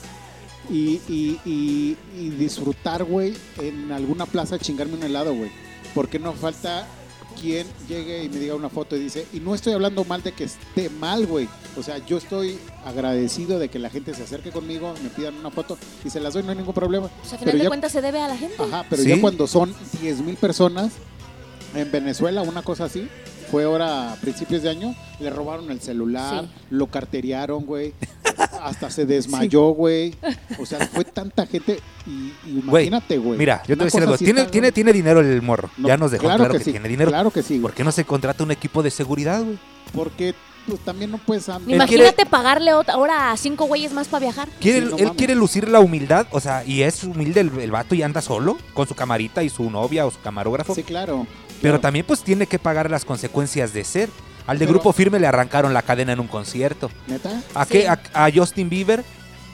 [SPEAKER 3] y, y- y- y disfrutar, güey, en alguna plaza chingarme un helado, güey. Porque no falta quien llegue y me diga una foto y dice, y no estoy hablando mal de que esté mal, güey. O sea, yo estoy agradecido de que la gente se acerque conmigo, me pidan una foto y se las doy, no hay ningún problema.
[SPEAKER 1] O sea, al
[SPEAKER 3] Pero
[SPEAKER 1] final de
[SPEAKER 3] ya-
[SPEAKER 1] cuentas se debe a la gente.
[SPEAKER 3] Ajá, pero
[SPEAKER 4] Sí.
[SPEAKER 3] ya cuando son 10 mil personas en Venezuela, una cosa así, fue ahora a principios de año, le robaron el celular,
[SPEAKER 1] Sí.
[SPEAKER 3] lo carteriaron, güey, hasta se desmayó, güey. O sea, fue tanta gente y, y
[SPEAKER 4] Güey,
[SPEAKER 3] imagínate, güey.
[SPEAKER 4] Mira, Pues, yo te voy a
[SPEAKER 3] Una
[SPEAKER 4] decir
[SPEAKER 3] cosa
[SPEAKER 4] algo.
[SPEAKER 3] así
[SPEAKER 4] Tiene,
[SPEAKER 3] está-
[SPEAKER 4] tiene, tiene dinero el morro.
[SPEAKER 3] No,
[SPEAKER 4] ya nos dejó claro, que,
[SPEAKER 3] sí,
[SPEAKER 4] tiene dinero.
[SPEAKER 3] Claro que sí,
[SPEAKER 4] ¿Por
[SPEAKER 3] güey.
[SPEAKER 4] qué no se contrata un equipo de seguridad, güey?
[SPEAKER 3] Porque pues, también no puedes andar.
[SPEAKER 1] Imagínate pagarle ot- ahora a cinco güeyes más para viajar.
[SPEAKER 4] Quiere-
[SPEAKER 3] Sí, no
[SPEAKER 4] él
[SPEAKER 3] mames.
[SPEAKER 4] quiere lucir la humildad, o sea, y es humilde el, el vato y anda solo con su camarita y su novia o su camarógrafo.
[SPEAKER 3] Sí, claro.
[SPEAKER 4] pero
[SPEAKER 3] claro.
[SPEAKER 4] también pues tiene que pagar las consecuencias de ser. Al de
[SPEAKER 3] Pero-
[SPEAKER 4] Grupo Firme le arrancaron la cadena en un concierto.
[SPEAKER 3] ¿Neta?
[SPEAKER 4] ¿A,
[SPEAKER 1] Sí.
[SPEAKER 4] qué? a, a Justin Bieber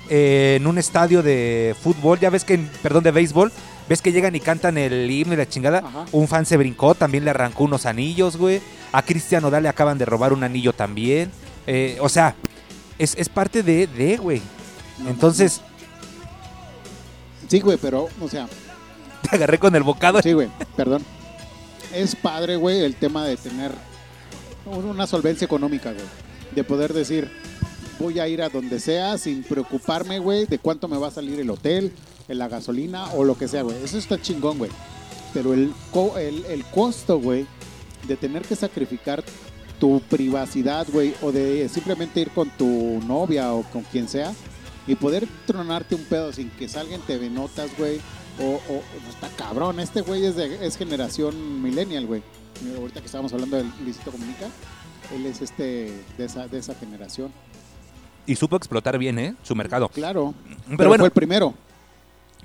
[SPEAKER 4] eh, en un estadio de fútbol, ya ves que, en- perdón, de béisbol, ves que llegan y cantan el himno y la chingada.
[SPEAKER 3] Ajá.
[SPEAKER 4] Un fan se brincó, también le arrancó unos anillos, güey. A Cristian Odal le acaban de robar un anillo también. Eh, o sea, es, es parte de, de, güey.
[SPEAKER 3] No,
[SPEAKER 4] Entonces,
[SPEAKER 3] Sí, güey, pero, o sea,
[SPEAKER 4] te agarré con el bocado.
[SPEAKER 3] Sí, güey, perdón. Es padre, güey, el tema de tener un- una solvencia económica, güey. De poder decir, voy a ir a donde sea sin preocuparme, güey, de cuánto me va a salir el hotel, eh, la gasolina o lo que sea, güey. Eso está chingón, güey. Pero el, co- el, el costo, güey, de tener que sacrificar tu privacidad, güey, o de simplemente ir con tu novia o con quien sea y poder tronarte un pedo sin que salgan TV notas, güey, o, o- o está cabrón, este güey es, de, es generación millennial, güey. Mira, Ahorita que estábamos hablando del Luisito Comunica, él es este de esa, de esa generación.
[SPEAKER 4] Y supo explotar bien, ¿eh? Su mercado.
[SPEAKER 3] Claro,
[SPEAKER 4] Pero,
[SPEAKER 3] pero
[SPEAKER 4] bueno,
[SPEAKER 3] fue el primero.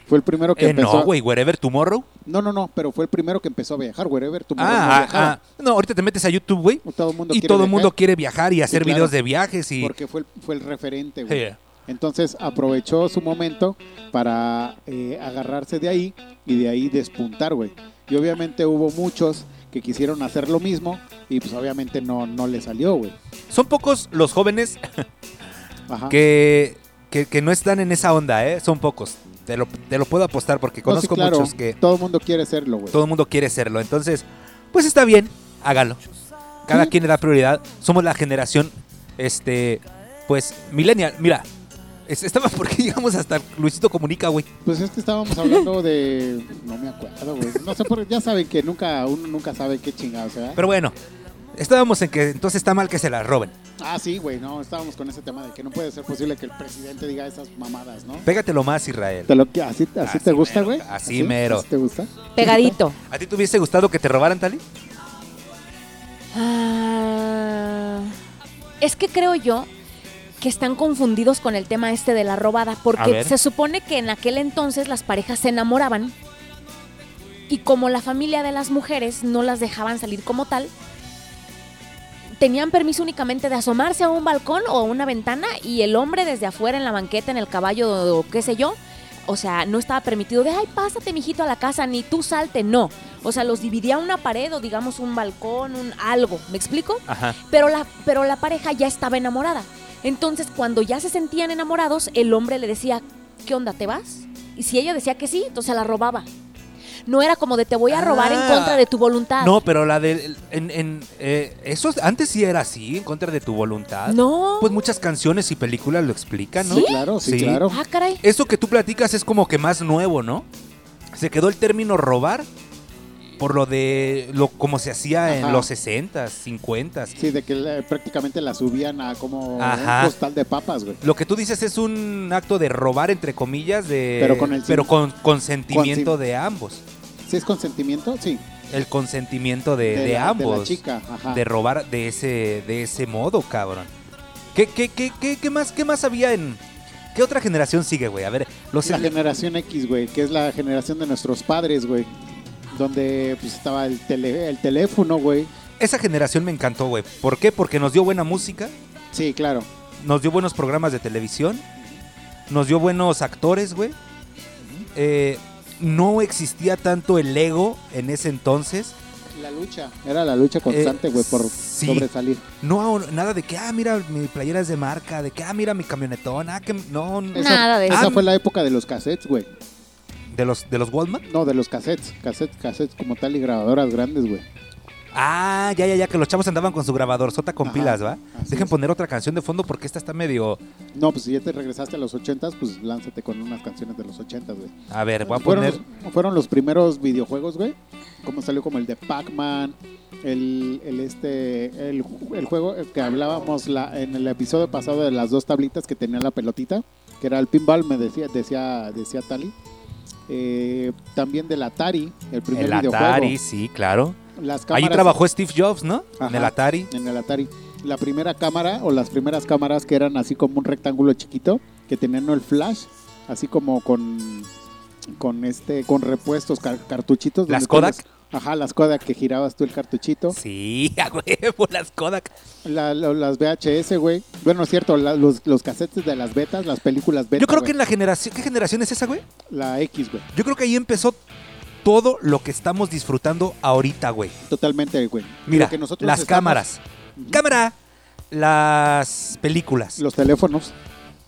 [SPEAKER 3] Fue el primero que
[SPEAKER 4] Eh,
[SPEAKER 3] empezó.
[SPEAKER 4] no, güey, Wherever Tomorrow.
[SPEAKER 3] No, no, no, pero fue el primero que empezó a viajar, wherever tu mundo
[SPEAKER 4] Ah,
[SPEAKER 3] viajaba.
[SPEAKER 4] ah, ah. no, ahorita te metes a YouTube, güey.
[SPEAKER 3] Todo el mundo
[SPEAKER 4] Y
[SPEAKER 3] quiere
[SPEAKER 4] todo el
[SPEAKER 3] viajar.
[SPEAKER 4] mundo quiere viajar y hacer
[SPEAKER 3] claro.
[SPEAKER 4] videos de viajes y...
[SPEAKER 3] Porque fue el, fue el referente, güey.
[SPEAKER 4] Sí.
[SPEAKER 3] Entonces aprovechó su momento para eh, agarrarse de ahí y de ahí despuntar, güey. Y obviamente hubo muchos que quisieron hacer lo mismo y pues obviamente no, no le salió, güey.
[SPEAKER 4] Son pocos los jóvenes
[SPEAKER 3] Ajá.
[SPEAKER 4] que, que, que no están en esa onda, ¿eh? Son pocos. Te lo, te lo puedo apostar porque
[SPEAKER 3] No, sí,
[SPEAKER 4] conozco
[SPEAKER 3] claro,
[SPEAKER 4] muchos que
[SPEAKER 3] Todo el mundo quiere serlo, güey.
[SPEAKER 4] todo el mundo quiere serlo. Entonces, pues está bien, hágalo. Cada
[SPEAKER 3] Sí.
[SPEAKER 4] quien le da prioridad. Somos la generación, este, pues, millennial. Mira, es- estaba porque llegamos hasta Luisito Comunica, güey.
[SPEAKER 3] Pues es que estábamos hablando de... No me acuerdo, güey. No sé, por... ya saben que nunca uno nunca sabe qué chingado, o sea.
[SPEAKER 4] Pero bueno, estábamos en que entonces está mal que se la roben.
[SPEAKER 3] Ah, sí, güey, no, estábamos con ese tema de que no puede ser posible que el presidente diga esas mamadas, ¿no?
[SPEAKER 4] Pégatelo más, Israel.
[SPEAKER 3] ¿Te lo- ¿Así, así,
[SPEAKER 4] Así
[SPEAKER 3] te gusta,
[SPEAKER 4] mero,
[SPEAKER 3] güey?
[SPEAKER 4] así mero.
[SPEAKER 3] ¿Así te gusta?
[SPEAKER 1] Pegadito.
[SPEAKER 4] ¿A ti te hubiese gustado que te robaran, Tali?
[SPEAKER 1] Ah, es que creo yo que están confundidos con el tema este de la robada,
[SPEAKER 4] A
[SPEAKER 1] porque
[SPEAKER 4] ver.
[SPEAKER 1] se supone que en aquel entonces las parejas se enamoraban y como la familia de las mujeres no las dejaban salir como tal, tenían permiso únicamente de asomarse a un balcón o a una ventana y el hombre desde afuera en la banqueta, en el caballo o qué sé yo, o sea, no estaba permitido de, ay, pásate, mijito, a la casa, ni tú salte, no. O sea, los dividía una pared o digamos un balcón, un algo, ¿me explico?
[SPEAKER 4] Ajá.
[SPEAKER 1] Pero la, pero la pareja ya estaba enamorada. Entonces, cuando ya se sentían enamorados, el hombre le decía, ¿qué onda, te vas? Y si ella decía que sí, entonces la robaba. No era como de te voy a robar en
[SPEAKER 4] Ah.
[SPEAKER 1] contra de tu voluntad.
[SPEAKER 4] No, pero la de... En, en, eh, eso antes sí era así, en contra de tu voluntad.
[SPEAKER 1] No.
[SPEAKER 4] Pues muchas canciones y películas lo explican, ¿no?
[SPEAKER 3] Sí, claro, sí,
[SPEAKER 4] Sí.
[SPEAKER 3] claro.
[SPEAKER 1] Ah, caray.
[SPEAKER 4] Eso que tú platicas es como que más nuevo, ¿no? Se quedó el término robar por lo de lo como se hacía
[SPEAKER 3] Ajá.
[SPEAKER 4] en los 60s, 50s.
[SPEAKER 3] Sí, de que eh, prácticamente la subían a como
[SPEAKER 4] Ajá.
[SPEAKER 3] un costal de papas, güey.
[SPEAKER 4] Lo que tú dices es un acto de robar entre comillas de
[SPEAKER 3] Pero con el sin-
[SPEAKER 4] pero con consentimiento
[SPEAKER 3] con
[SPEAKER 4] de ambos.
[SPEAKER 3] ¿Sí es consentimiento? Sí.
[SPEAKER 4] El consentimiento de, de
[SPEAKER 3] la-
[SPEAKER 4] ambos.
[SPEAKER 3] De la chica, ajá.
[SPEAKER 4] de robar de ese de ese modo, cabrón. ¿Qué, qué, qué, qué, qué más qué más había en qué otra generación sigue, güey? A ver, los
[SPEAKER 3] la generación X, güey, que es la generación de nuestros padres, güey. Donde pues estaba el, tele, el teléfono, güey.
[SPEAKER 4] esa generación me encantó, güey. ¿Por qué? Porque nos dio buena música.
[SPEAKER 3] Sí, claro.
[SPEAKER 4] nos dio buenos programas de televisión, nos dio buenos actores, güey. Eh, no existía tanto el ego en ese entonces.
[SPEAKER 3] La lucha. Era la lucha constante,
[SPEAKER 4] Eh,
[SPEAKER 3] güey, por
[SPEAKER 4] sí.
[SPEAKER 3] sobresalir.
[SPEAKER 4] No, ahora- nada de que, ah, mira, mi playera es de marca, de que, ah, mira, mi camionetón, ah, que, no, no.
[SPEAKER 3] Esa-
[SPEAKER 1] Nada de
[SPEAKER 3] Esa
[SPEAKER 4] eso.
[SPEAKER 3] fue la época de los cassettes, güey.
[SPEAKER 4] ¿De los, de los Walmart?
[SPEAKER 3] No, de los cassettes. Cassettes, cassettes como tal y grabadoras grandes, güey.
[SPEAKER 4] Ah, ya, ya, ya, que los chavos andaban con su grabador, sota con
[SPEAKER 3] Ajá,
[SPEAKER 4] pilas, ¿va?
[SPEAKER 3] así
[SPEAKER 4] Dejen
[SPEAKER 3] es.
[SPEAKER 4] poner otra canción de fondo porque esta está medio...
[SPEAKER 3] No, pues si ya te regresaste a los 80s, pues lánzate con unas canciones de los 80s, güey.
[SPEAKER 4] A ver, voy a
[SPEAKER 3] fueron,
[SPEAKER 4] poner...
[SPEAKER 3] los, fueron los primeros videojuegos, güey. Como salió como el de Pac-Man, el, el este el, ju- el juego que hablábamos la, en el episodio pasado de las dos tablitas que tenía la pelotita, que era el pinball, me decía decía decía Tali. Eh, también del Atari, el primer
[SPEAKER 4] El
[SPEAKER 3] videojuego.
[SPEAKER 4] Atari, sí, claro.
[SPEAKER 3] Las
[SPEAKER 4] Ahí
[SPEAKER 3] cámaras-
[SPEAKER 4] trabajó Steve Jobs, ¿no? En
[SPEAKER 3] Ajá.
[SPEAKER 4] el Atari.
[SPEAKER 3] en el Atari. La primera cámara o las primeras cámaras que eran así como un rectángulo chiquito, que tenían el flash, así como con con este con repuestos, car- cartuchitos. donde
[SPEAKER 4] ¿Las
[SPEAKER 3] tú
[SPEAKER 4] Kodak?
[SPEAKER 3] los- ajá, las Kodak que girabas tú el cartuchito.
[SPEAKER 4] Sí, a huevo, las Kodak.
[SPEAKER 3] La- la- las VHS, güey. Bueno, es cierto, la- los, los cassettes de las betas, las películas beta.
[SPEAKER 4] Yo creo que
[SPEAKER 3] güey.
[SPEAKER 4] en la generación... ¿Qué generación es esa, güey?
[SPEAKER 3] La X, güey.
[SPEAKER 4] Yo creo que ahí empezó todo lo que estamos disfrutando ahorita, güey.
[SPEAKER 3] Totalmente, güey.
[SPEAKER 4] Mira,
[SPEAKER 3] Lo que nosotros
[SPEAKER 4] las
[SPEAKER 3] estamos-
[SPEAKER 4] cámaras. Cámara, las películas.
[SPEAKER 3] Los teléfonos.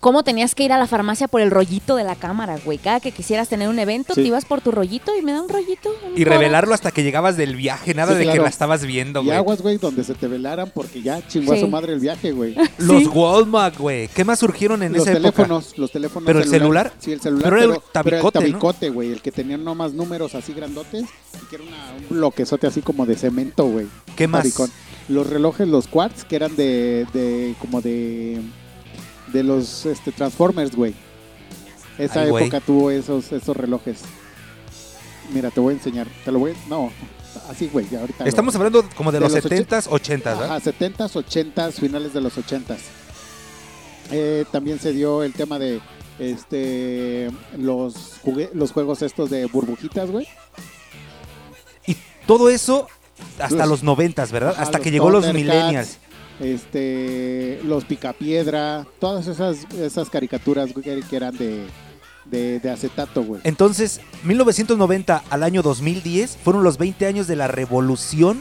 [SPEAKER 1] ¿Cómo tenías que ir a la farmacia por el rollito de la cámara, güey? Cada que quisieras tener un evento,
[SPEAKER 3] Sí.
[SPEAKER 1] te ibas por tu rollito y me da un rollito. un
[SPEAKER 4] Y
[SPEAKER 1] codo.
[SPEAKER 4] revelarlo hasta que llegabas del viaje, nada
[SPEAKER 3] Sí,
[SPEAKER 4] de
[SPEAKER 3] claro.
[SPEAKER 4] que la estabas viendo,
[SPEAKER 3] y
[SPEAKER 4] güey.
[SPEAKER 3] aguas, güey, donde se te velaran porque ya chingó a
[SPEAKER 1] Sí.
[SPEAKER 3] su madre el viaje, güey.
[SPEAKER 4] Los
[SPEAKER 1] Sí.
[SPEAKER 4] Walmart, güey. ¿Qué más surgieron en
[SPEAKER 3] los
[SPEAKER 4] esa época?
[SPEAKER 3] teléfonos, los teléfonos.
[SPEAKER 4] ¿Pero el celular?
[SPEAKER 3] Sí, el celular.
[SPEAKER 4] Pero
[SPEAKER 3] Pero,
[SPEAKER 4] era el
[SPEAKER 3] pero
[SPEAKER 4] tabicote, ¿no?
[SPEAKER 3] el tabicote, güey. El que tenía nomás números así grandotes y que era una- un bloquezote así como de cemento, güey.
[SPEAKER 4] ¿Qué más?
[SPEAKER 3] Tabicón. Los relojes, los quartz, que eran de, de como de, de los este, Transformers, güey. Esa
[SPEAKER 4] Ay, güey.
[SPEAKER 3] época tuvo esos, esos relojes. Mira, te voy a enseñar. Te lo voy a... No, así, güey, ya ahorita. lo-
[SPEAKER 4] Estamos hablando como de,
[SPEAKER 3] De
[SPEAKER 4] los,
[SPEAKER 3] los
[SPEAKER 4] 70s, 80s, ¿verdad?
[SPEAKER 3] Ajá, 70s, 80s, finales de los 80s. Eh, también se dio el tema de este, los, jugue- los juegos estos de burbujitas, güey.
[SPEAKER 4] Y todo eso hasta
[SPEAKER 3] Los-
[SPEAKER 4] los noventas, ¿verdad?
[SPEAKER 3] Ajá,
[SPEAKER 4] hasta que llegó los
[SPEAKER 3] Thundercats,
[SPEAKER 4] millennials.
[SPEAKER 3] Este, los Picapiedra, todas esas, esas caricaturas güey, que- que eran de, de, de acetato, güey.
[SPEAKER 4] Entonces, 1990 al año 2010 fueron los 20 años de la revolución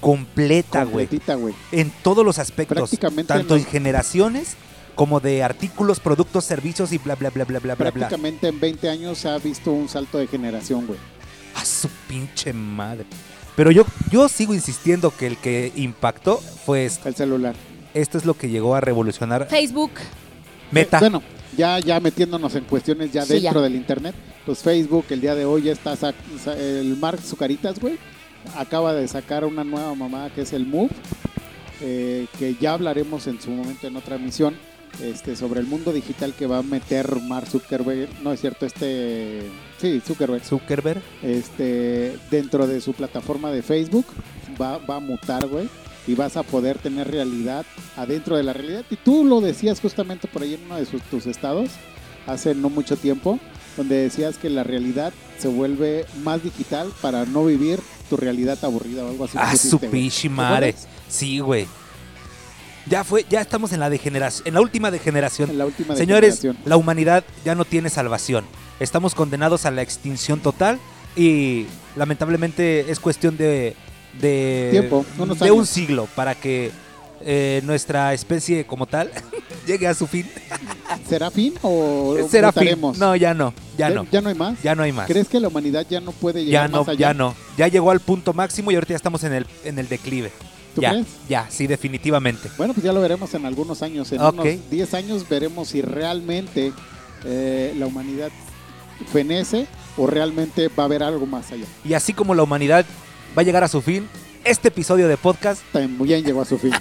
[SPEAKER 4] completa, güey.
[SPEAKER 3] Completita, güey.
[SPEAKER 4] En todos los aspectos,
[SPEAKER 3] Prácticamente
[SPEAKER 4] tanto
[SPEAKER 3] en
[SPEAKER 4] en generaciones como de artículos, productos, servicios y bla, bla, bla, bla, bla, bla, bla.
[SPEAKER 3] Prácticamente en 20 años se ha visto un salto de generación, güey.
[SPEAKER 4] A su pinche madre. Pero yo, yo sigo insistiendo que el que impactó fue esto.
[SPEAKER 3] El celular.
[SPEAKER 4] Esto es lo que llegó a revolucionar
[SPEAKER 1] Facebook.
[SPEAKER 4] Meta.
[SPEAKER 3] Eh, Bueno, ya, ya metiéndonos en cuestiones ya
[SPEAKER 1] Sí,
[SPEAKER 3] dentro
[SPEAKER 1] ya.
[SPEAKER 3] del internet, pues Facebook el día de hoy ya está sac- sa- el Mark Zucaritas, güey, acaba de sacar una nueva mamá que es el Move, eh, que ya hablaremos en su momento en otra emisión este, sobre el mundo digital que va a meter Mark Zuckerberg, no es cierto, este, sí, Zuckerberg,
[SPEAKER 4] Zuckerberg.
[SPEAKER 3] este, dentro de su plataforma de Facebook, va, va a mutar, güey. Y vas a poder tener realidad adentro de la realidad. Y tú lo decías justamente por ahí en uno de sus- tus estados, hace no mucho tiempo, donde decías que la realidad se vuelve más digital para no vivir tu realidad aburrida o algo así.
[SPEAKER 4] A
[SPEAKER 3] pusiste,
[SPEAKER 4] Ah, su
[SPEAKER 3] güey.
[SPEAKER 4] pinche
[SPEAKER 3] ¿Te
[SPEAKER 4] madre.
[SPEAKER 3] acuerdas?
[SPEAKER 4] Sí, güey. Ya fue, ya estamos en la degeneración, en la última degeneración.
[SPEAKER 3] En la última
[SPEAKER 4] Señores,
[SPEAKER 3] degeneración.
[SPEAKER 4] la humanidad ya no tiene salvación. Estamos condenados a la extinción total y lamentablemente es cuestión de de,
[SPEAKER 3] Tiempo, unos
[SPEAKER 4] de
[SPEAKER 3] años.
[SPEAKER 4] un siglo para que eh, nuestra especie como tal llegue a su fin.
[SPEAKER 3] ¿será fin o
[SPEAKER 4] Será fin.
[SPEAKER 3] votaremos?
[SPEAKER 4] Eh, No, ya no, ya
[SPEAKER 3] ¿Ya-
[SPEAKER 4] no,
[SPEAKER 3] ¿Ya no hay más?
[SPEAKER 4] ya no hay más.
[SPEAKER 3] ¿Crees que la humanidad ya no puede
[SPEAKER 4] ya
[SPEAKER 3] llegar
[SPEAKER 4] no,
[SPEAKER 3] más allá?
[SPEAKER 4] ya no. Ya llegó al punto máximo y ahorita ya estamos en el en el declive.
[SPEAKER 3] ¿Tú
[SPEAKER 4] ya,
[SPEAKER 3] crees?
[SPEAKER 4] ya, sí, definitivamente.
[SPEAKER 3] Bueno, pues ya lo veremos en algunos años. En
[SPEAKER 4] Ok.
[SPEAKER 3] unos 10 años veremos si realmente eh, la humanidad fenece o realmente va a haber algo más allá.
[SPEAKER 4] Y así como la humanidad va a llegar a su fin, este episodio de podcast
[SPEAKER 3] También llegó a su fin.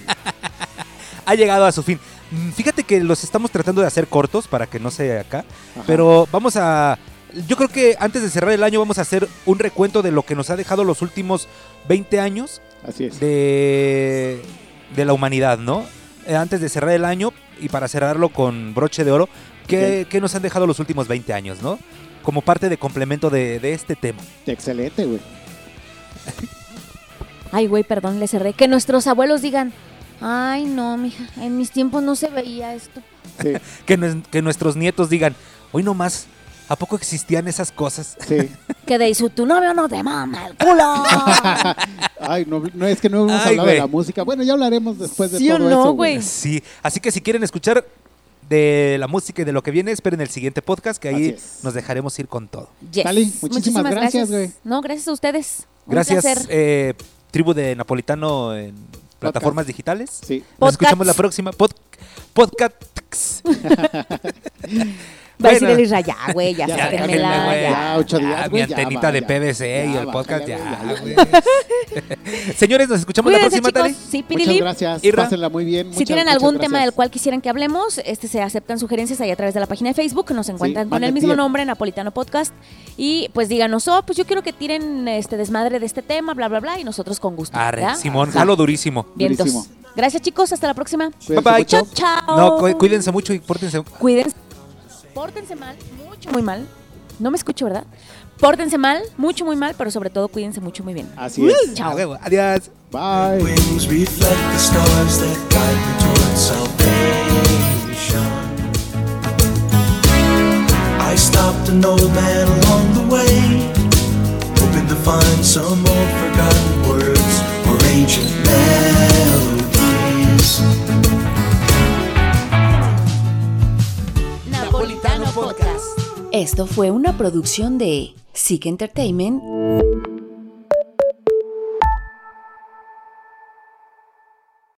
[SPEAKER 4] ha llegado a su fin. Mm, Fíjate que los estamos tratando de hacer cortos para que no se acá,
[SPEAKER 3] Ajá.
[SPEAKER 4] pero vamos a... Yo creo que antes de cerrar el año vamos a hacer un recuento de lo que nos ha dejado los últimos 20 años
[SPEAKER 3] Así es.
[SPEAKER 4] de, de la humanidad, ¿no? Eh, Antes de cerrar el año y para cerrarlo con broche de oro, ¿qué, qué nos han dejado los últimos 20 años, ¿no? Como parte de complemento de, de este tema.
[SPEAKER 3] Excelente, güey.
[SPEAKER 1] Ay, güey, perdón, le cerré. Que nuestros abuelos digan, ay, no, mija, en mis tiempos no se veía esto.
[SPEAKER 3] Sí,
[SPEAKER 4] Que, nue- que nuestros nietos digan, hoy nomás, ¿a poco existían esas cosas?
[SPEAKER 3] sí.
[SPEAKER 1] Que de su tu novio no te mama el culo.
[SPEAKER 3] Ay, no, no, es que no hemos
[SPEAKER 4] Ay,
[SPEAKER 3] hablado
[SPEAKER 4] güey.
[SPEAKER 3] de la música. Bueno, ya hablaremos después de
[SPEAKER 1] ¿Sí o
[SPEAKER 3] todo
[SPEAKER 1] no,
[SPEAKER 3] eso,
[SPEAKER 1] güey?
[SPEAKER 4] Sí, así que si quieren escuchar de la música y de lo que viene, esperen el siguiente podcast que
[SPEAKER 3] Así
[SPEAKER 4] ahí
[SPEAKER 3] es.
[SPEAKER 4] nos dejaremos ir con todo.
[SPEAKER 1] Yes.
[SPEAKER 3] Tali, muchísimas gracias, güey.
[SPEAKER 1] No, gracias a ustedes. Un
[SPEAKER 4] Gracias,
[SPEAKER 1] placer.
[SPEAKER 4] eh, tribu de Napolitano en plataformas digitales.
[SPEAKER 3] Sí.
[SPEAKER 4] Nos
[SPEAKER 1] Podcasts.
[SPEAKER 4] escuchamos la próxima. Pod- podcasts.
[SPEAKER 1] Va a decir
[SPEAKER 4] bueno.
[SPEAKER 1] el Isra, ya, Ah, güey, ya,
[SPEAKER 3] Ya,
[SPEAKER 1] sáquenmela,
[SPEAKER 4] sáquenme, güey.
[SPEAKER 1] ya.
[SPEAKER 3] Ya, ocho días,
[SPEAKER 4] Ya, mi
[SPEAKER 3] güey, ya,
[SPEAKER 4] antenita
[SPEAKER 3] va,
[SPEAKER 4] de
[SPEAKER 3] ya.
[SPEAKER 4] PVC y
[SPEAKER 3] Ya,
[SPEAKER 4] el
[SPEAKER 3] bájale,
[SPEAKER 4] podcast
[SPEAKER 3] güey,
[SPEAKER 4] ya.
[SPEAKER 3] ya, ya.
[SPEAKER 4] güey. Señores, nos escuchamos
[SPEAKER 1] Cuídense,
[SPEAKER 4] la próxima,
[SPEAKER 1] chicos.
[SPEAKER 4] Tali.
[SPEAKER 1] Sí,
[SPEAKER 3] Muchas
[SPEAKER 1] Pirili.
[SPEAKER 3] gracias.
[SPEAKER 4] Irra.
[SPEAKER 3] Pásenla muy bien.
[SPEAKER 1] Si tienen algún tema del cual quisieran que hablemos, este se aceptan sugerencias ahí a través de la página de Facebook, nos encuentran con
[SPEAKER 3] manden
[SPEAKER 1] el mismo
[SPEAKER 3] DM.
[SPEAKER 1] nombre, Napolitano Podcast, y pues díganos, oh, pues yo quiero que tiren este desmadre de este tema, bla, bla, bla, y nosotros con gusto.
[SPEAKER 4] Arre,
[SPEAKER 1] ¿verdad?
[SPEAKER 4] Simón, jalo durísimo.
[SPEAKER 1] Vientos.
[SPEAKER 3] Durísimo.
[SPEAKER 1] Gracias chicos, hasta la próxima.
[SPEAKER 3] Cuídense
[SPEAKER 4] Bye, bye.
[SPEAKER 3] mucho.
[SPEAKER 1] Chao, chao.
[SPEAKER 4] No, cu- cuídense mucho y pórtense.
[SPEAKER 1] Cuídense. Pórtense mal, mucho, muy mal. No me escucho, ¿verdad? Pórtense mal, mucho, muy mal, pero sobre todo cuídense mucho, muy bien.
[SPEAKER 3] Así es.
[SPEAKER 1] Chao.
[SPEAKER 4] A huevo, Adiós.
[SPEAKER 3] Bye.
[SPEAKER 2] Wings reflect the stars that guide me towards salvation. I stopped an old man along the way, hoping to find some old forgotten words or ancient melodies.
[SPEAKER 1] Napolitano Podcast.
[SPEAKER 6] Esto fue una producción de SIC Entertainment